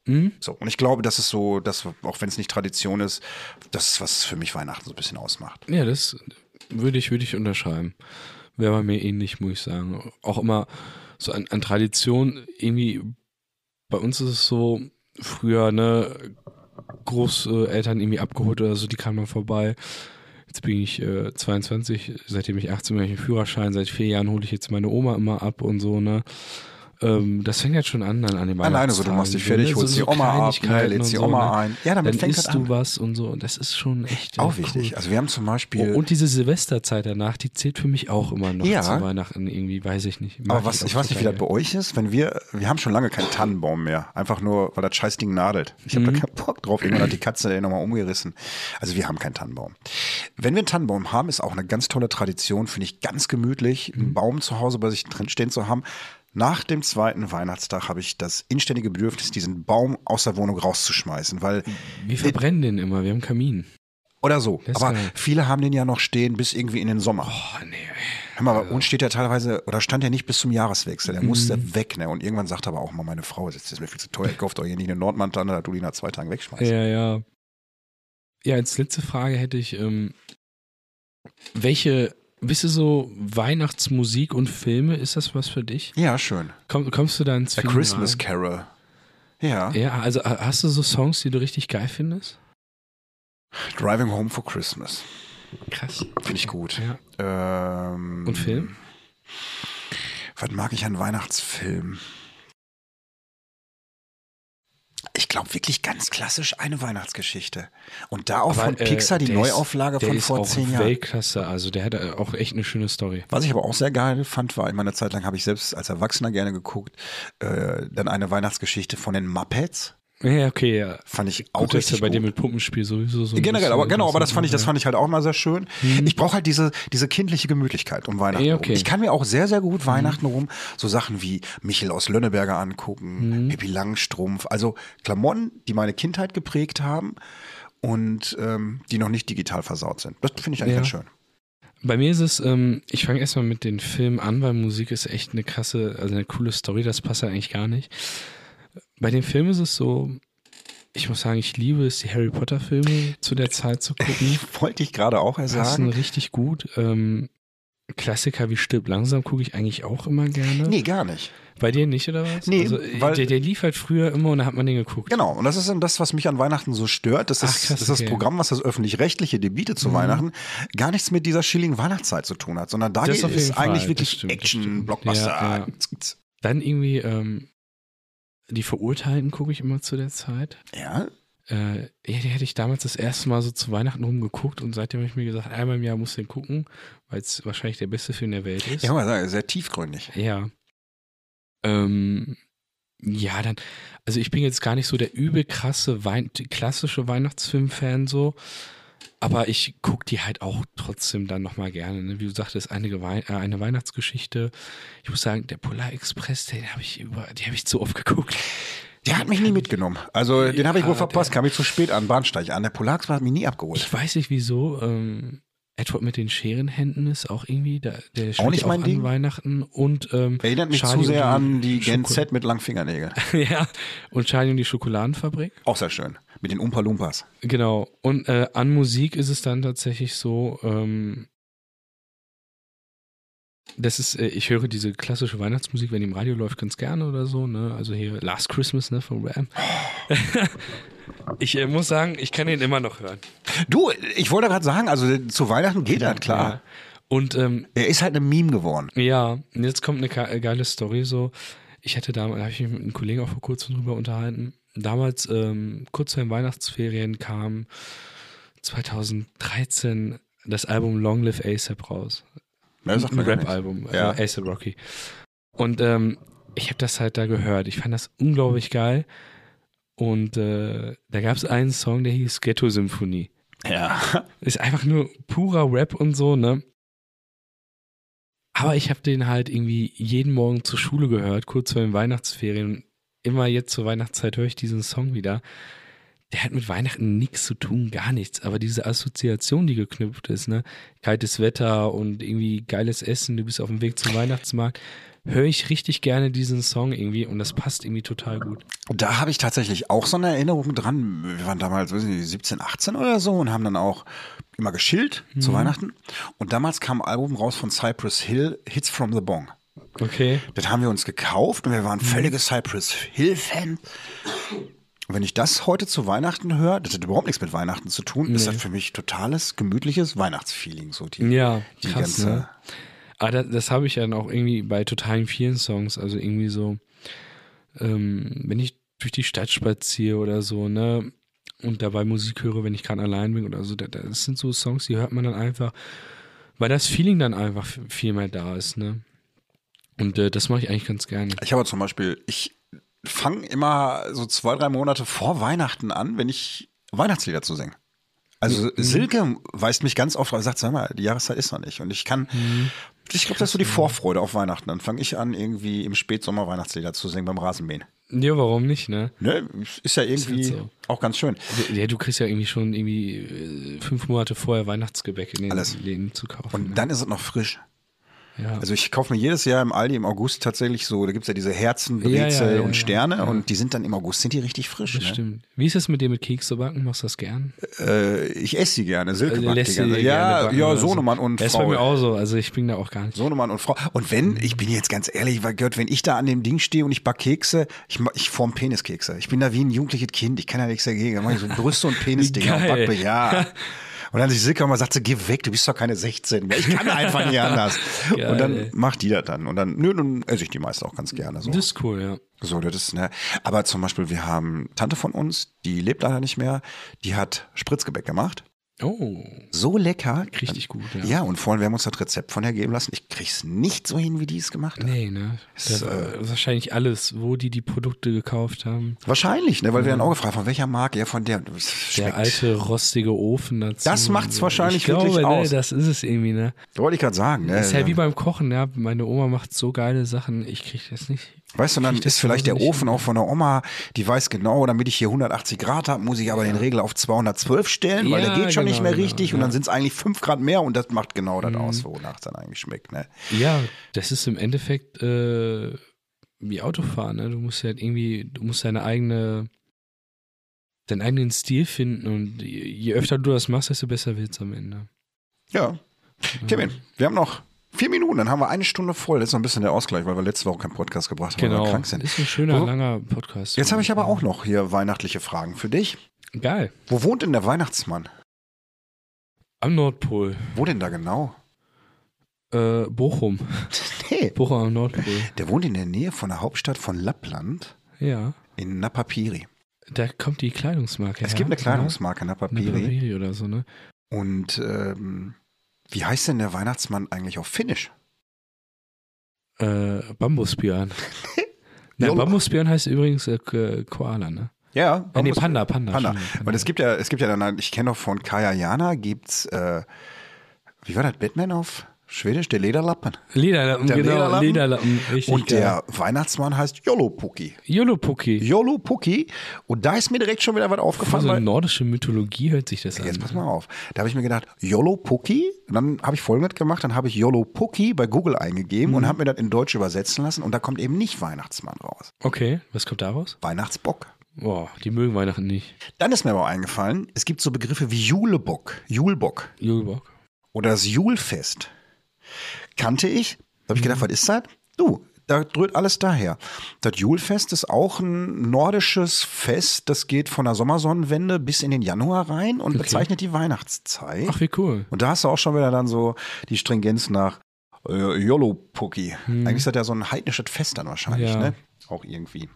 [SPEAKER 2] Mhm.
[SPEAKER 1] So, und ich glaube, das ist so, dass, auch wenn es nicht Tradition ist, das ist, was für mich Weihnachten so ein bisschen ausmacht.
[SPEAKER 2] Ja, das würde ich, würde ich unterschreiben. Wäre bei mir ähnlich, muss ich sagen. Auch immer so an, an Tradition, irgendwie, bei uns ist es so, früher, ne, Großeltern irgendwie abgeholt oder so, die kamen dann vorbei. Jetzt bin ich äh, 22, seitdem ich 18 bin, habe ich einen Führerschein. Seit vier Jahren hole ich jetzt meine Oma immer ab und so, ne? Ähm, das fängt halt schon an, dann an dem
[SPEAKER 1] Alleine so, also du machst dich fertig, holst
[SPEAKER 2] also
[SPEAKER 1] die Oma ab, ne, lädst die Oma ein. Ja, damit
[SPEAKER 2] dann
[SPEAKER 1] fängt das
[SPEAKER 2] isst
[SPEAKER 1] an.
[SPEAKER 2] du was und so. Und das ist schon echt. äh,
[SPEAKER 1] Auch wichtig.
[SPEAKER 2] cool.
[SPEAKER 1] Also wir haben zum Beispiel,
[SPEAKER 2] Oh, und diese Silvesterzeit danach, die zählt für mich auch immer noch
[SPEAKER 1] Ja.
[SPEAKER 2] zu Weihnachten irgendwie, weiß ich nicht. Mag
[SPEAKER 1] aber was,
[SPEAKER 2] auch
[SPEAKER 1] ich weiß nicht, wie das
[SPEAKER 2] total
[SPEAKER 1] bei euch ist, wenn wir, wir haben schon lange keinen Tannenbaum mehr. Einfach nur, weil das Scheißding nadelt. Ich
[SPEAKER 2] Mhm.
[SPEAKER 1] habe da keinen Bock drauf. Irgendwann hat die Katze den nochmal umgerissen. Also wir haben keinen Tannenbaum. Wenn wir einen Tannenbaum haben, ist auch eine ganz tolle Tradition, finde ich ganz gemütlich,
[SPEAKER 2] Mhm.
[SPEAKER 1] einen Baum zu Hause bei sich drin stehen zu haben. Nach dem zweiten Weihnachtstag habe ich das inständige Bedürfnis, diesen Baum aus der Wohnung rauszuschmeißen, weil
[SPEAKER 2] geil. Wir verbrennen den immer, wir haben einen Kamin.
[SPEAKER 1] Oder so.
[SPEAKER 2] Mhm. Das ist
[SPEAKER 1] aber
[SPEAKER 2] geil.
[SPEAKER 1] viele haben den ja noch stehen bis irgendwie in den Sommer.
[SPEAKER 2] Oh, nee.
[SPEAKER 1] Hör mal, bei
[SPEAKER 2] Also.
[SPEAKER 1] uns steht ja teilweise, oder stand ja nicht bis zum Jahreswechsel. Der
[SPEAKER 2] Mhm.
[SPEAKER 1] musste weg, ne? Und irgendwann sagt aber auch mal meine Frau, das ist mir viel zu teuer, ich kauft euch hier nicht eine Nordmantanne, da du die nach zwei Tagen wegschmeißt.
[SPEAKER 2] Ja, ja. Ja, als letzte Frage hätte ich, ähm, welche, bist du so Weihnachtsmusik und Filme, ist das was für dich?
[SPEAKER 1] Ja, schön.
[SPEAKER 2] Komm, kommst du da ins
[SPEAKER 1] A
[SPEAKER 2] Film
[SPEAKER 1] Christmas
[SPEAKER 2] rein?
[SPEAKER 1] Carol. Ja.
[SPEAKER 2] Ja, also äh, hast du so Songs, die du richtig geil findest?
[SPEAKER 1] Driving Home for Christmas.
[SPEAKER 2] Krass.
[SPEAKER 1] Finde ich gut.
[SPEAKER 2] Ja.
[SPEAKER 1] Ähm,
[SPEAKER 2] Und Film?
[SPEAKER 1] Was mag ich an Weihnachtsfilmen? Ich glaube wirklich ganz klassisch eine Weihnachtsgeschichte. Und da auch
[SPEAKER 2] Aber,
[SPEAKER 1] von
[SPEAKER 2] äh,
[SPEAKER 1] Pixar die
[SPEAKER 2] der ist-
[SPEAKER 1] Neuauflage
[SPEAKER 2] Der
[SPEAKER 1] von
[SPEAKER 2] ist
[SPEAKER 1] vor
[SPEAKER 2] auch
[SPEAKER 1] zehn Jahren.
[SPEAKER 2] Weltklasse, also der hat äh, auch echt eine schöne Story.
[SPEAKER 1] Was ich aber auch sehr geil fand, war, in meiner Zeit lang habe ich selbst als Erwachsener gerne geguckt, äh, dann eine Weihnachtsgeschichte von den Muppets.
[SPEAKER 2] Ja, okay, ja.
[SPEAKER 1] Fand ich auch
[SPEAKER 2] Auch Gut, dass
[SPEAKER 1] richtig
[SPEAKER 2] er bei
[SPEAKER 1] gut.
[SPEAKER 2] dir mit Puppenspiel sowieso so. ein
[SPEAKER 1] Generell,
[SPEAKER 2] bisschen-
[SPEAKER 1] aber genau, aber das fand ich, das
[SPEAKER 2] ne? ja. Mhm.
[SPEAKER 1] fand ich halt auch mal sehr schön. Ich brauche halt diese, diese kindliche Gemütlichkeit um Weihnachten
[SPEAKER 2] Ja, okay. Mhm.
[SPEAKER 1] rum. Ich kann mir auch sehr, sehr gut Weihnachten rum so Sachen wie Michel aus Lönneberger
[SPEAKER 2] Mhm.
[SPEAKER 1] angucken, Pippi Langstrumpf, also Klamotten, die meine Kindheit geprägt haben und ähm, die noch nicht digital versaut sind. Das finde ich eigentlich
[SPEAKER 2] Ja.
[SPEAKER 1] ganz schön. (laughs)
[SPEAKER 2] Bei mir ist es, ähm, ich fange erstmal mit den Filmen an, weil Musik ist echt eine krasse, also eine coole Story, das passt halt eigentlich gar nicht. Bei den Filmen ist es so, ich muss sagen, ich liebe es, die Harry Potter-Filme zu der Zeit zu gucken.
[SPEAKER 1] Wollte ich gerade auch
[SPEAKER 2] Passen
[SPEAKER 1] sagen.
[SPEAKER 2] richtig gut. Ähm, Klassiker wie Stirb langsam gucke ich eigentlich auch immer gerne.
[SPEAKER 1] Nee, gar nicht.
[SPEAKER 2] Bei dir nicht, oder was?
[SPEAKER 1] Nee,
[SPEAKER 2] also, äh,
[SPEAKER 1] weil-
[SPEAKER 2] der, der lief halt früher immer und da hat man den geguckt.
[SPEAKER 1] Genau, und das ist dann das, was mich an Weihnachten so stört. Das
[SPEAKER 2] Ach,
[SPEAKER 1] ist,
[SPEAKER 2] krass,
[SPEAKER 1] das, ist das
[SPEAKER 2] okay. Mhm.
[SPEAKER 1] Programm, was das öffentlich-rechtliche dir bietet zu Weihnachten, gar nichts mit dieser schilligen Weihnachtszeit zu tun hat, sondern da
[SPEAKER 2] Das
[SPEAKER 1] geht
[SPEAKER 2] auf jeden
[SPEAKER 1] es eigentlich
[SPEAKER 2] Fall,
[SPEAKER 1] wirklich
[SPEAKER 2] das stimmt, das
[SPEAKER 1] Action,
[SPEAKER 2] stimmt.
[SPEAKER 1] Blockbuster.
[SPEAKER 2] Ja, ja. Dann irgendwie ähm, die Verurteilten gucke ich immer zu der Zeit.
[SPEAKER 1] Ja,
[SPEAKER 2] Äh, ja, die hätte ich damals das erste Mal so zu Weihnachten rumgeguckt und seitdem habe ich mir gesagt, einmal im Jahr muss ich den gucken, weil es wahrscheinlich der beste Film der Welt ist.
[SPEAKER 1] ja mal sagen, sehr tiefgründig.
[SPEAKER 2] Ja. Ähm, ja, dann, also ich bin jetzt gar nicht so der übel krasse, Wein klassische Weihnachtsfilm-Fan so, aber ich gucke die halt auch trotzdem dann nochmal gerne. Ne? Wie du sagtest, eine, Wei- äh, eine Weihnachtsgeschichte. Ich muss sagen, der Polar Express, den habe ich über, die habe ich zu oft geguckt.
[SPEAKER 1] Der hat mich nie mitgenommen. Also den habe ich
[SPEAKER 2] Ja,
[SPEAKER 1] wohl verpasst,
[SPEAKER 2] der-
[SPEAKER 1] kam ich zu spät an, Bahnsteig an. Der Polaks hat mich nie abgeholt.
[SPEAKER 2] Ich weiß nicht wieso. Ähm, Edward mit den Scherenhänden ist auch irgendwie, da, der spielt
[SPEAKER 1] nicht
[SPEAKER 2] ja auch
[SPEAKER 1] mein
[SPEAKER 2] an
[SPEAKER 1] Ding.
[SPEAKER 2] Weihnachten und ähm,
[SPEAKER 1] Erinnert mich
[SPEAKER 2] Charlie
[SPEAKER 1] zu sehr
[SPEAKER 2] und
[SPEAKER 1] an die Gen
[SPEAKER 2] Schoko-
[SPEAKER 1] Z mit langen Fingernägeln.
[SPEAKER 2] (laughs) ja, und Charlie und die Schokoladenfabrik.
[SPEAKER 1] Auch sehr schön. Mit den Umpa Lumpas.
[SPEAKER 2] Genau. Und äh, an Musik ist es dann tatsächlich so, ähm, das ist, äh, ich höre diese klassische Weihnachtsmusik, wenn die im Radio läuft, ganz gerne oder so, ne? Also hier Last Christmas, ne, von Ram.
[SPEAKER 1] Oh.
[SPEAKER 2] (laughs) ich äh, muss sagen, ich kann ihn immer noch hören.
[SPEAKER 1] Du, ich wollte gerade sagen, also zu Weihnachten geht das,
[SPEAKER 2] Ja.
[SPEAKER 1] klar.
[SPEAKER 2] Und ähm,
[SPEAKER 1] Er ist halt ein Meme geworden.
[SPEAKER 2] Ja, und jetzt kommt eine ge- äh, geile Story so. Ich hatte damals, da habe ich mich mit einem Kollegen auch vor kurzem drüber unterhalten. Damals, ähm, kurz vor den Weihnachtsferien kam 2013 das Album Long Live ASAP raus.
[SPEAKER 1] Das Ne, sagt
[SPEAKER 2] ein
[SPEAKER 1] mir gar nichts.
[SPEAKER 2] Rap-Album,
[SPEAKER 1] Ja.
[SPEAKER 2] äh, ASAP Rocky. Und ähm, ich habe das halt da gehört. Ich fand das unglaublich geil. Und äh, da gab es einen Song, der hieß Ghetto Symphonie.
[SPEAKER 1] Ja.
[SPEAKER 2] Ist einfach nur purer Rap und so, ne? Aber ich habe den halt irgendwie jeden Morgen zur Schule gehört, kurz vor den Weihnachtsferien. Immer jetzt zur Weihnachtszeit höre ich diesen Song wieder. Der hat mit Weihnachten nichts zu tun, gar nichts. Aber diese Assoziation, die geknüpft ist, ne? Kaltes Wetter und irgendwie geiles Essen, du bist auf dem Weg zum Weihnachtsmarkt, höre ich richtig gerne diesen Song irgendwie und das passt irgendwie total gut.
[SPEAKER 1] Da habe ich tatsächlich auch so eine Erinnerung dran. Wir waren damals, weiß ich nicht, 17, 18 oder so und haben dann auch immer geschillt
[SPEAKER 2] Mhm.
[SPEAKER 1] zu Weihnachten. Und damals kam ein Album raus von Cypress Hill, Hits from the Bong.
[SPEAKER 2] Okay.
[SPEAKER 1] Das haben wir uns gekauft und wir
[SPEAKER 2] Mhm.
[SPEAKER 1] waren völlige Cypress Hill-Fan. Und wenn ich das heute zu Weihnachten höre, das hat überhaupt nichts mit Weihnachten zu tun, ist das für mich totales, gemütliches Weihnachtsfeeling. So die,
[SPEAKER 2] Ja,
[SPEAKER 1] die
[SPEAKER 2] krass,
[SPEAKER 1] ganze.
[SPEAKER 2] ne? Aber das, das habe ich dann auch irgendwie bei totalen vielen Songs, also irgendwie so, ähm, wenn ich durch die Stadt spaziere oder so, ne, und dabei Musik höre, wenn ich gerade allein bin oder so, da- das sind so Songs, die hört man dann einfach, weil das Feeling dann einfach f- viel mehr da ist, ne. Und äh, das mache ich eigentlich ganz gerne.
[SPEAKER 1] Ich habe zum Beispiel, ich fange immer so zwei, drei Monate vor Weihnachten an, wenn ich Weihnachtslieder zu singen. Also
[SPEAKER 2] Mhm.
[SPEAKER 1] Silke weist mich ganz oft, drauf, sagt, sag mal, die Jahreszeit ist noch nicht. Und ich kann,
[SPEAKER 2] Mhm.
[SPEAKER 1] ich glaube, das ist so die Vorfreude auf Weihnachten. Dann fange ich an, irgendwie im Spätsommer Weihnachtslieder zu singen beim Rasenmähen.
[SPEAKER 2] Ja, warum nicht, ne?
[SPEAKER 1] Ne? Ist ja irgendwie
[SPEAKER 2] halt so.
[SPEAKER 1] auch ganz schön.
[SPEAKER 2] Ja, du kriegst ja irgendwie schon irgendwie äh, fünf Monate vorher Weihnachtsgebäck in den
[SPEAKER 1] Alles.
[SPEAKER 2] Läden zu kaufen. ne?
[SPEAKER 1] Und dann ist es noch frisch.
[SPEAKER 2] Mhm. ja.
[SPEAKER 1] Also ich kaufe mir jedes Jahr im Aldi im August tatsächlich so, da gibt es ja diese Herzen, Brezel
[SPEAKER 2] ja, ja,
[SPEAKER 1] und
[SPEAKER 2] ja.
[SPEAKER 1] Sterne und die sind dann im August, sind die richtig frisch.
[SPEAKER 2] das
[SPEAKER 1] Ne?
[SPEAKER 2] stimmt. Wie ist es mit dir mit Kekse backen? Machst du das gern?
[SPEAKER 1] Äh, ich esse sie gerne, Silke
[SPEAKER 2] Also
[SPEAKER 1] backt
[SPEAKER 2] lässt
[SPEAKER 1] die
[SPEAKER 2] sie
[SPEAKER 1] ganze.
[SPEAKER 2] dir
[SPEAKER 1] ne? Ja,
[SPEAKER 2] gerne backen
[SPEAKER 1] ja,
[SPEAKER 2] oder so.
[SPEAKER 1] Sohnemann und
[SPEAKER 2] Das ist bei
[SPEAKER 1] Frau.
[SPEAKER 2] mir auch Mhm. so. Also ich bin da auch gar nicht.
[SPEAKER 1] Sohnemann und Frau. Und wenn, ich bin jetzt ganz ehrlich, weil Gott, wenn ich da an dem Ding stehe und ich back Kekse, ich, ma- ich form Peniskekse. Ich bin da wie ein jugendliches Kind, ich kann da nichts dagegen. Da mache ich so Brüste
[SPEAKER 2] (laughs)
[SPEAKER 1] und Penisdinger und
[SPEAKER 2] geil.
[SPEAKER 1] back,
[SPEAKER 2] (laughs)
[SPEAKER 1] ja. Und dann sich Silke immer sagt, sie, geh weg, du bist doch keine 16 mehr. Ich kann einfach nicht
[SPEAKER 2] (laughs)
[SPEAKER 1] anders.
[SPEAKER 2] Geil,
[SPEAKER 1] und dann
[SPEAKER 2] ey.
[SPEAKER 1] macht die das dann. Und dann, nö, dann esse ich die meist auch ganz gerne. So.
[SPEAKER 2] Das ist cool, ja.
[SPEAKER 1] So, das ist, ne. Aber zum Beispiel, wir haben Tante von uns, die lebt leider nicht mehr, die hat Spritzgebäck gemacht.
[SPEAKER 2] Oh,
[SPEAKER 1] So lecker.
[SPEAKER 2] richtig gut, ja.
[SPEAKER 1] Ja, und vorhin, wir haben uns das Rezept von her geben lassen. Ich krieg's nicht so hin, wie die es gemacht hat.
[SPEAKER 2] Nee, ne? Das,
[SPEAKER 1] Ist, äh,
[SPEAKER 2] wahrscheinlich alles, wo die die Produkte gekauft haben.
[SPEAKER 1] Wahrscheinlich, ne, weil wir dann auch gefragt haben, von welcher Marke, ja, von der. Das
[SPEAKER 2] Mhm. Der
[SPEAKER 1] Schmeckt.
[SPEAKER 2] alte rostige Ofen dazu.
[SPEAKER 1] Das macht's wahrscheinlich
[SPEAKER 2] ich glaube,
[SPEAKER 1] wirklich
[SPEAKER 2] ne,
[SPEAKER 1] aus.
[SPEAKER 2] das ist es irgendwie, ne?
[SPEAKER 1] Wollte ich gerade sagen, ne.
[SPEAKER 2] ist ja wie beim Kochen, ja. Meine Oma macht so geile Sachen, ich krieg das nicht.
[SPEAKER 1] Weißt du, dann
[SPEAKER 2] krieg das ne?
[SPEAKER 1] ist vielleicht
[SPEAKER 2] zu Hause
[SPEAKER 1] der
[SPEAKER 2] nicht
[SPEAKER 1] Ofen auch von der Oma, die weiß genau, damit ich hier 180 Grad habe, muss ich aber den Regler auf 212 stellen, weil der
[SPEAKER 2] Ja, Mhm.
[SPEAKER 1] geht schon nicht
[SPEAKER 2] genau,
[SPEAKER 1] mehr
[SPEAKER 2] genau,
[SPEAKER 1] richtig und dann sind es eigentlich 5 Grad mehr und das macht genau das aus, wonach es dann eigentlich schmeckt. Ne?
[SPEAKER 2] Ja, das ist im Endeffekt äh, wie Autofahren. Ne? Du musst halt irgendwie, du musst deine eigene, deinen eigenen Stil finden und je je öfter du das machst, desto besser wird's am Ende. ne?
[SPEAKER 1] Ja.
[SPEAKER 2] Mhm.
[SPEAKER 1] Kevin, wir haben noch vier Minuten, dann haben wir eine Stunde voll. Das ist noch ein bisschen der Ausgleich, weil wir letzte Woche keinen Podcast gebracht haben, weil wir
[SPEAKER 2] Genau.
[SPEAKER 1] krank sind.
[SPEAKER 2] Ist ein schöner,
[SPEAKER 1] Wo-
[SPEAKER 2] langer Podcast.
[SPEAKER 1] Jetzt habe ich aber auch noch hier weihnachtliche Fragen für dich.
[SPEAKER 2] Geil.
[SPEAKER 1] Wo wohnt denn der Weihnachtsmann?
[SPEAKER 2] Am Nordpol.
[SPEAKER 1] Wo denn da genau?
[SPEAKER 2] Äh, Bochum.
[SPEAKER 1] Nee.
[SPEAKER 2] Bochum am Nordpol.
[SPEAKER 1] Der wohnt in der Nähe von der Hauptstadt von Lappland
[SPEAKER 2] Ja.
[SPEAKER 1] in Napapiri.
[SPEAKER 2] Da kommt die Kleidungsmarke
[SPEAKER 1] Es
[SPEAKER 2] her,
[SPEAKER 1] gibt eine
[SPEAKER 2] oder?
[SPEAKER 1] Kleidungsmarke
[SPEAKER 2] Eine
[SPEAKER 1] Napapiri.
[SPEAKER 2] Papiri oder so, ne?
[SPEAKER 1] Und ähm, wie heißt denn der Weihnachtsmann eigentlich auf Finnisch?
[SPEAKER 2] Äh,
[SPEAKER 1] (laughs)
[SPEAKER 2] Bambusbjörn. Na,
[SPEAKER 1] Jo.
[SPEAKER 2] Bambusbjörn heißt übrigens äh, Koala, ne?
[SPEAKER 1] Ja,
[SPEAKER 2] Äh, nee, Panda, Panda. Hm.
[SPEAKER 1] Panda.
[SPEAKER 2] Entschuldigung, Panda.
[SPEAKER 1] Und es gibt ja, es gibt ja dann, ich kenne noch von Kaya Jana, gibt's, äh, wie war das, Batman auf Schwedisch? Der Lederlappen.
[SPEAKER 2] Lederlappen,
[SPEAKER 1] Der
[SPEAKER 2] genau.
[SPEAKER 1] Lederlappen.
[SPEAKER 2] Lederlappen. richtig.
[SPEAKER 1] Und
[SPEAKER 2] geil.
[SPEAKER 1] der Weihnachtsmann heißt Jolopuki.
[SPEAKER 2] Jolopuki.
[SPEAKER 1] Jolopuki. Und da ist mir direkt schon wieder was aufgefallen.
[SPEAKER 2] Also
[SPEAKER 1] weil-
[SPEAKER 2] nordische Mythologie hört sich das
[SPEAKER 1] Jetzt
[SPEAKER 2] an.
[SPEAKER 1] pass mal auf. Da habe ich mir gedacht, Yolo Pucki. Und Dann habe ich folgendes gemacht. Dann habe ich Yolo Pucki bei Google eingegeben und habe mir das in Deutsch übersetzen lassen. Und da kommt eben nicht Weihnachtsmann raus.
[SPEAKER 2] Okay, was kommt daraus?
[SPEAKER 1] Weihnachtsbock.
[SPEAKER 2] Boah, die mögen Weihnachten nicht.
[SPEAKER 1] Dann ist mir aber eingefallen, es gibt so Begriffe wie Julebock, Julbock
[SPEAKER 2] Julebock.
[SPEAKER 1] oder das Julfest. Kannte ich. Da habe ich gedacht, was ist das? Du, da dröht alles daher. Das Julfest ist auch ein nordisches Fest. Das geht von der Sommersonnenwende bis in den Januar rein und bezeichnet die Weihnachtszeit.
[SPEAKER 2] Ach, wie cool.
[SPEAKER 1] Und da hast du auch schon wieder dann so die Stringenz nach äh, Jolopuki. Eigentlich ist das ja so ein heidnisches Fest dann wahrscheinlich,
[SPEAKER 2] Hm. Ja.
[SPEAKER 1] ne? Auch irgendwie.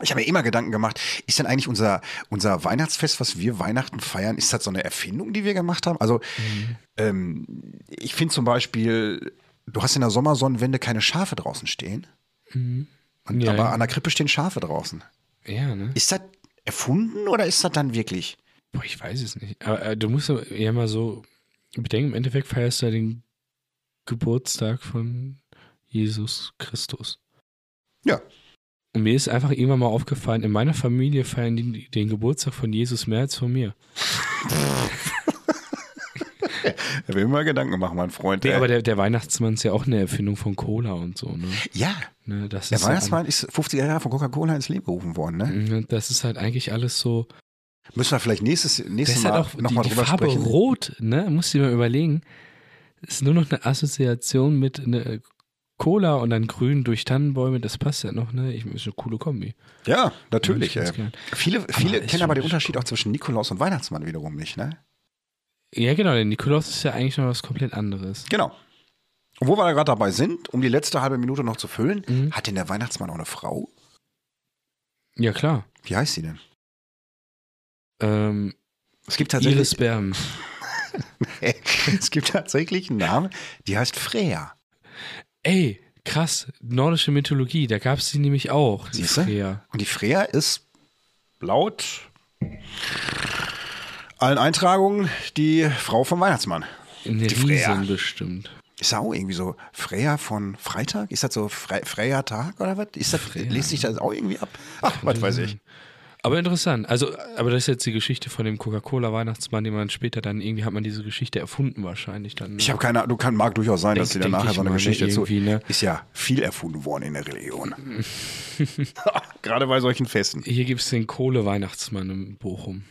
[SPEAKER 1] Ich habe mir immer Gedanken gemacht, ist denn eigentlich unser, unser Weihnachtsfest, was wir Weihnachten feiern, ist das so eine Erfindung, die wir gemacht haben? Also,
[SPEAKER 2] Mhm.
[SPEAKER 1] ähm, ich finde zum Beispiel, du hast in der Sommersonnenwende keine Schafe draußen stehen,
[SPEAKER 2] Ja,
[SPEAKER 1] aber
[SPEAKER 2] ja.
[SPEAKER 1] an der Krippe stehen Schafe draußen.
[SPEAKER 2] Mhm. ja, ne?
[SPEAKER 1] Ist das erfunden oder ist das dann wirklich?
[SPEAKER 2] Boah, ich weiß es nicht. Aber äh, du musst aber ja mal so bedenken, im Endeffekt feierst du ja den Geburtstag von Jesus Christus.
[SPEAKER 1] Ja.
[SPEAKER 2] Und mir ist einfach irgendwann mal aufgefallen, in meiner Familie feiern die den Geburtstag von Jesus mehr als von mir.
[SPEAKER 1] Da will ich mal Gedanken machen, mein Freund.
[SPEAKER 2] Nee,
[SPEAKER 1] ey.
[SPEAKER 2] aber der, der Weihnachtsmann ist ja auch eine Erfindung von Cola und so, ne?
[SPEAKER 1] ja,
[SPEAKER 2] ne das
[SPEAKER 1] der
[SPEAKER 2] ist halt
[SPEAKER 1] Weihnachtsmann ist 50er Jahre von Coca-Cola ins Leben gerufen worden. Ne?
[SPEAKER 2] an- ne, Das ist halt eigentlich alles so.
[SPEAKER 1] Müssen wir vielleicht nächstes,
[SPEAKER 2] Das
[SPEAKER 1] nächstes
[SPEAKER 2] ist
[SPEAKER 1] Mal
[SPEAKER 2] halt auch die,
[SPEAKER 1] nochmal
[SPEAKER 2] die
[SPEAKER 1] drüber
[SPEAKER 2] Farbe
[SPEAKER 1] sprechen.
[SPEAKER 2] Rot, ne? Musst du dir mal überlegen. Ist nur noch eine Assoziation mit ne, Cola und dann Grün durch Tannenbäume. Das passt ja noch, ne? Ich, ist eine coole Kombi.
[SPEAKER 1] Ja, natürlich.
[SPEAKER 2] Ja, ich find's
[SPEAKER 1] ey.
[SPEAKER 2] geil.
[SPEAKER 1] Viele, viele
[SPEAKER 2] ist
[SPEAKER 1] kennen aber
[SPEAKER 2] schon-
[SPEAKER 1] den Unterschied auch zwischen Nikolaus und Weihnachtsmann wiederum nicht. Ne?
[SPEAKER 2] Ja, genau. Der Nikolaus ist ja eigentlich noch was komplett anderes.
[SPEAKER 1] Genau. Und wo wir da gerade dabei sind, um die letzte halbe Minute noch zu füllen,
[SPEAKER 2] Mhm.
[SPEAKER 1] hat denn der Weihnachtsmann auch eine Frau?
[SPEAKER 2] Ja, klar.
[SPEAKER 1] Wie heißt sie denn?
[SPEAKER 2] Ähm,
[SPEAKER 1] Es gibt
[SPEAKER 2] Iris
[SPEAKER 1] tatsächlich,
[SPEAKER 2] Berben.
[SPEAKER 1] (laughs) es gibt tatsächlich einen Namen, die heißt Freya.
[SPEAKER 2] Ey, krass. Nordische Mythologie. Da gab es die nämlich auch. die
[SPEAKER 1] Siehste?
[SPEAKER 2] Freya.
[SPEAKER 1] Und die Freya ist laut allen Eintragungen die Frau vom Weihnachtsmann.
[SPEAKER 2] Eine
[SPEAKER 1] Die Freya.
[SPEAKER 2] Riesin bestimmt.
[SPEAKER 1] Ist da auch irgendwie so Freya von Freitag? Ist das so Fre Freya Tag oder was? Ist das, lest sich das auch irgendwie ab? Ach, was weiß ich.
[SPEAKER 2] Aber interessant. Also, aber das ist jetzt die Geschichte von dem Coca-Cola-Weihnachtsmann, den man später dann irgendwie hat man diese Geschichte erfunden wahrscheinlich dann. ne?
[SPEAKER 1] Ich habe keine Ahnung, du kann, mag durchaus sein, dass sie dann
[SPEAKER 2] Denk- denk
[SPEAKER 1] nachher
[SPEAKER 2] ich
[SPEAKER 1] so eine
[SPEAKER 2] mal, ne,
[SPEAKER 1] Geschichte zu.
[SPEAKER 2] irgendwie, ne?
[SPEAKER 1] Ist ja viel erfunden worden in der Religion.
[SPEAKER 2] Mhm.
[SPEAKER 1] (laughs) Gerade bei solchen Festen.
[SPEAKER 2] Hier gibt es den Kohle-Weihnachtsmann in Bochum.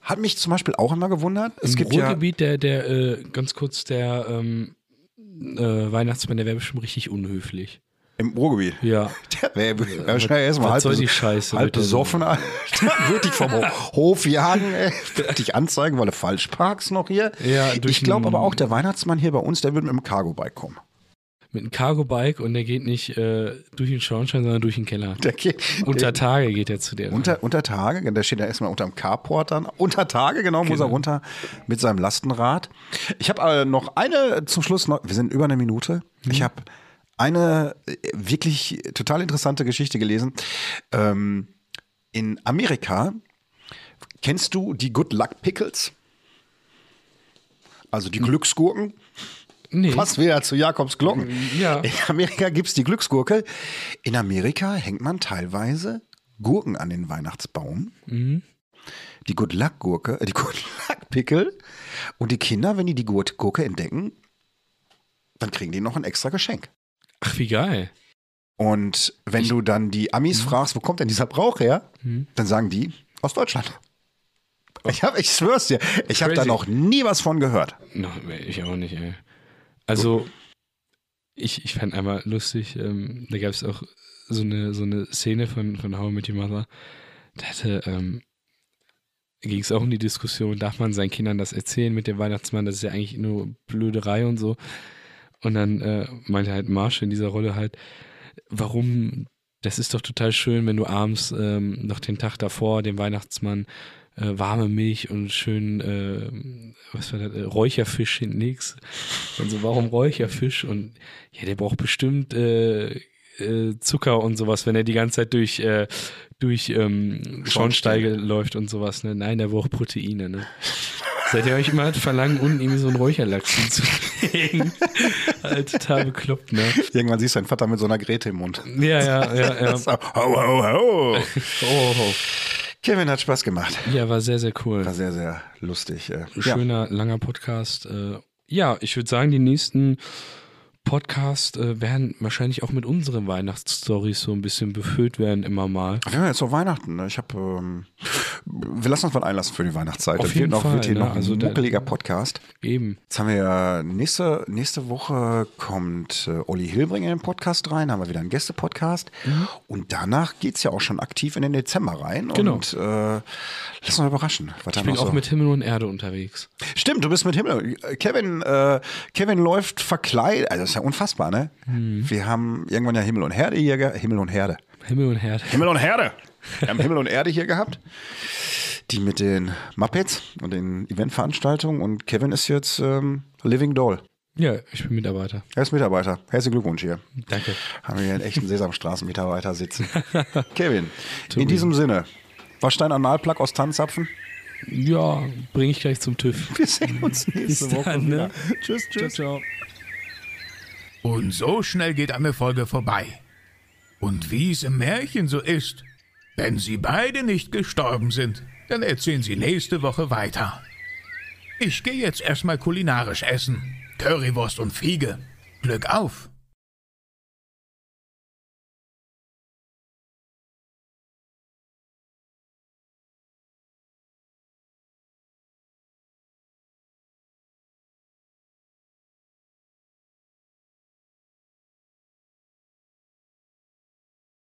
[SPEAKER 1] Hat mich zum Beispiel auch immer gewundert. Es
[SPEAKER 2] Im
[SPEAKER 1] gibt ja.
[SPEAKER 2] Ruhrgebiet, der, der, äh, ganz kurz, der ähm, äh, Weihnachtsmann, der wäre bestimmt richtig unhöflich.
[SPEAKER 1] Im Ruhrgebiet.
[SPEAKER 2] Ja.
[SPEAKER 1] Der wäre wär schnell erstmal
[SPEAKER 2] was
[SPEAKER 1] halb,
[SPEAKER 2] soll die
[SPEAKER 1] bes-
[SPEAKER 2] Scheiße
[SPEAKER 1] halb
[SPEAKER 2] mit der
[SPEAKER 1] besoffen. Alter. (laughs) Würde ich vom Ho- Hof jagen, ey. Würde ich anzeigen, weil du falsch parkst noch hier.
[SPEAKER 2] Ja, durch
[SPEAKER 1] ich glaube
[SPEAKER 2] einen-
[SPEAKER 1] aber auch, der Weihnachtsmann hier bei uns, der würde mit dem Cargo-Bike kommen.
[SPEAKER 2] Mit einem Cargo-Bike und der geht nicht äh, durch den Schornstein, sondern durch den Keller.
[SPEAKER 1] (laughs) Der geht,
[SPEAKER 2] Unter
[SPEAKER 1] der,
[SPEAKER 2] Tage geht er zu der.
[SPEAKER 1] unter, unter Tage, der steht ja erstmal unterm Carport dann. Unter Tage, genau, muss er runter mit seinem Lastenrad. Ich habe äh, noch eine zum Schluss, noch, wir sind über eine Minute. Ich habe eine äh, wirklich total interessante Geschichte gelesen. Ähm, in Amerika Kennst du die Good Luck Pickles? Also die Glücksgurken?
[SPEAKER 2] nee.
[SPEAKER 1] Passt wieder zu Jakobs Glocken.
[SPEAKER 2] Ja.
[SPEAKER 1] In Amerika gibt es die Glücksgurke. In Amerika hängt man teilweise Gurken an den Weihnachtsbaum.
[SPEAKER 2] Mhm.
[SPEAKER 1] Die Good Luck Gurke, äh, die Good Luck Pickel. Und die Kinder, wenn die die Gurt- Gurke entdecken, dann kriegen die noch ein extra Geschenk.
[SPEAKER 2] Ach, wie geil.
[SPEAKER 1] Und wenn du dann die Amis
[SPEAKER 2] Mhm.
[SPEAKER 1] fragst, wo kommt denn dieser Brauch her, dann sagen die aus Deutschland. Ich, hab, ich schwör's dir, ich habe da
[SPEAKER 2] Oh. Crazy.
[SPEAKER 1] noch nie was von gehört.
[SPEAKER 2] No, ich auch nicht, ey. Also, ich, ich fand einmal lustig, ähm, da gab es auch so eine, so eine Szene von, von How I Met Your Mother, da hatte, ähm, ging es auch um die Diskussion, darf man seinen Kindern das erzählen mit dem Weihnachtsmann, das ist ja eigentlich nur Blöderei und so. Und dann äh, meinte halt Marsh in dieser Rolle halt, warum, das ist doch total schön, wenn du abends ähm, noch den Tag davor dem Weihnachtsmann äh, warme Milch und schön, äh, was war das, äh, Räucherfisch hinlegst. Und so, warum Räucherfisch? Und ja, der braucht bestimmt äh, äh, Zucker und sowas, wenn er die ganze Zeit durch, äh, durch ähm, Schornsteige läuft und sowas. Ne? Nein, der braucht Proteine. Ne? Seid ihr euch immer halt verlangen, unten irgendwie so einen Räucherlachs (laughs) hinzulegen? halt total bekloppt, (laughs) ne?
[SPEAKER 1] Irgendwann siehst du deinen Vater mit so einer Grete im Mund.
[SPEAKER 2] Ja,
[SPEAKER 1] (laughs)
[SPEAKER 2] ja, ja, ja.
[SPEAKER 1] Das ist auch- Ho, ho, ho.
[SPEAKER 2] Oh, (laughs) oh,
[SPEAKER 1] Kevin hat Spaß gemacht.
[SPEAKER 2] oh. Ja, war sehr, sehr cool.
[SPEAKER 1] War sehr, sehr lustig. äh. Ja.
[SPEAKER 2] Schöner, langer Podcast. Äh, ja, ich würde sagen, die nächsten Podcasts äh, werden wahrscheinlich auch mit unseren Weihnachtsstories so ein bisschen befüllt werden, immer mal.
[SPEAKER 1] Wir haben ja jetzt noch Weihnachten. Ne? Ich habe, ähm, wir lassen uns mal einlassen für die Weihnachtszeit.
[SPEAKER 2] Auf
[SPEAKER 1] Das wird
[SPEAKER 2] jeden
[SPEAKER 1] noch,
[SPEAKER 2] Fall,
[SPEAKER 1] wird hier
[SPEAKER 2] ne?
[SPEAKER 1] noch ein
[SPEAKER 2] Also da-
[SPEAKER 1] muckeliger Podcast.
[SPEAKER 2] Eben.
[SPEAKER 1] Jetzt haben wir ja nächste, nächste Woche kommt äh, Olli Hilbringer in den Podcast rein, haben wir wieder einen Gäste-Podcast.
[SPEAKER 2] Mhm.
[SPEAKER 1] Und danach geht es ja auch schon aktiv in den Dezember rein.
[SPEAKER 2] Genau.
[SPEAKER 1] Und äh, lass uns mal überraschen. Was
[SPEAKER 2] Ich bin auch mit Himmel und Erde unterwegs.
[SPEAKER 1] Stimmt, du bist mit Himmel. Kevin, äh, Kevin läuft verkleidet. Also das ist ja unfassbar, ne?
[SPEAKER 2] Mhm.
[SPEAKER 1] Wir haben irgendwann ja Himmel und Herde hier ge- Himmel und Herde.
[SPEAKER 2] Himmel und Herde.
[SPEAKER 1] Himmel und Herde. Wir haben Himmel und Erde hier gehabt. Die mit den Muppets und den Eventveranstaltungen. Und Kevin ist jetzt ähm, Living Doll.
[SPEAKER 2] Ja, ich bin Mitarbeiter.
[SPEAKER 1] Er ist Mitarbeiter. Herzlichen Glückwunsch hier.
[SPEAKER 2] Danke.
[SPEAKER 1] (laughs) Haben wir hier einen echten Sesamstraßenmitarbeiter sitzen. Kevin, in diesem Sinne, Waschstein Analplug aus Tanzapfen.
[SPEAKER 2] Ja, bringe ich gleich zum TÜV.
[SPEAKER 1] Wir sehen uns nächste
[SPEAKER 2] Bis
[SPEAKER 1] Woche.
[SPEAKER 2] dann,
[SPEAKER 1] wieder.
[SPEAKER 2] ne?
[SPEAKER 1] Tschüss,
[SPEAKER 2] Ciao,
[SPEAKER 1] tschüss.
[SPEAKER 2] ciao.
[SPEAKER 5] Und so schnell geht eine Folge vorbei. Und wie es im Märchen so ist, wenn sie beide nicht gestorben sind, dann erzählen sie nächste Woche weiter. Ich gehe jetzt erstmal kulinarisch essen. Currywurst und Fiege. Glück auf!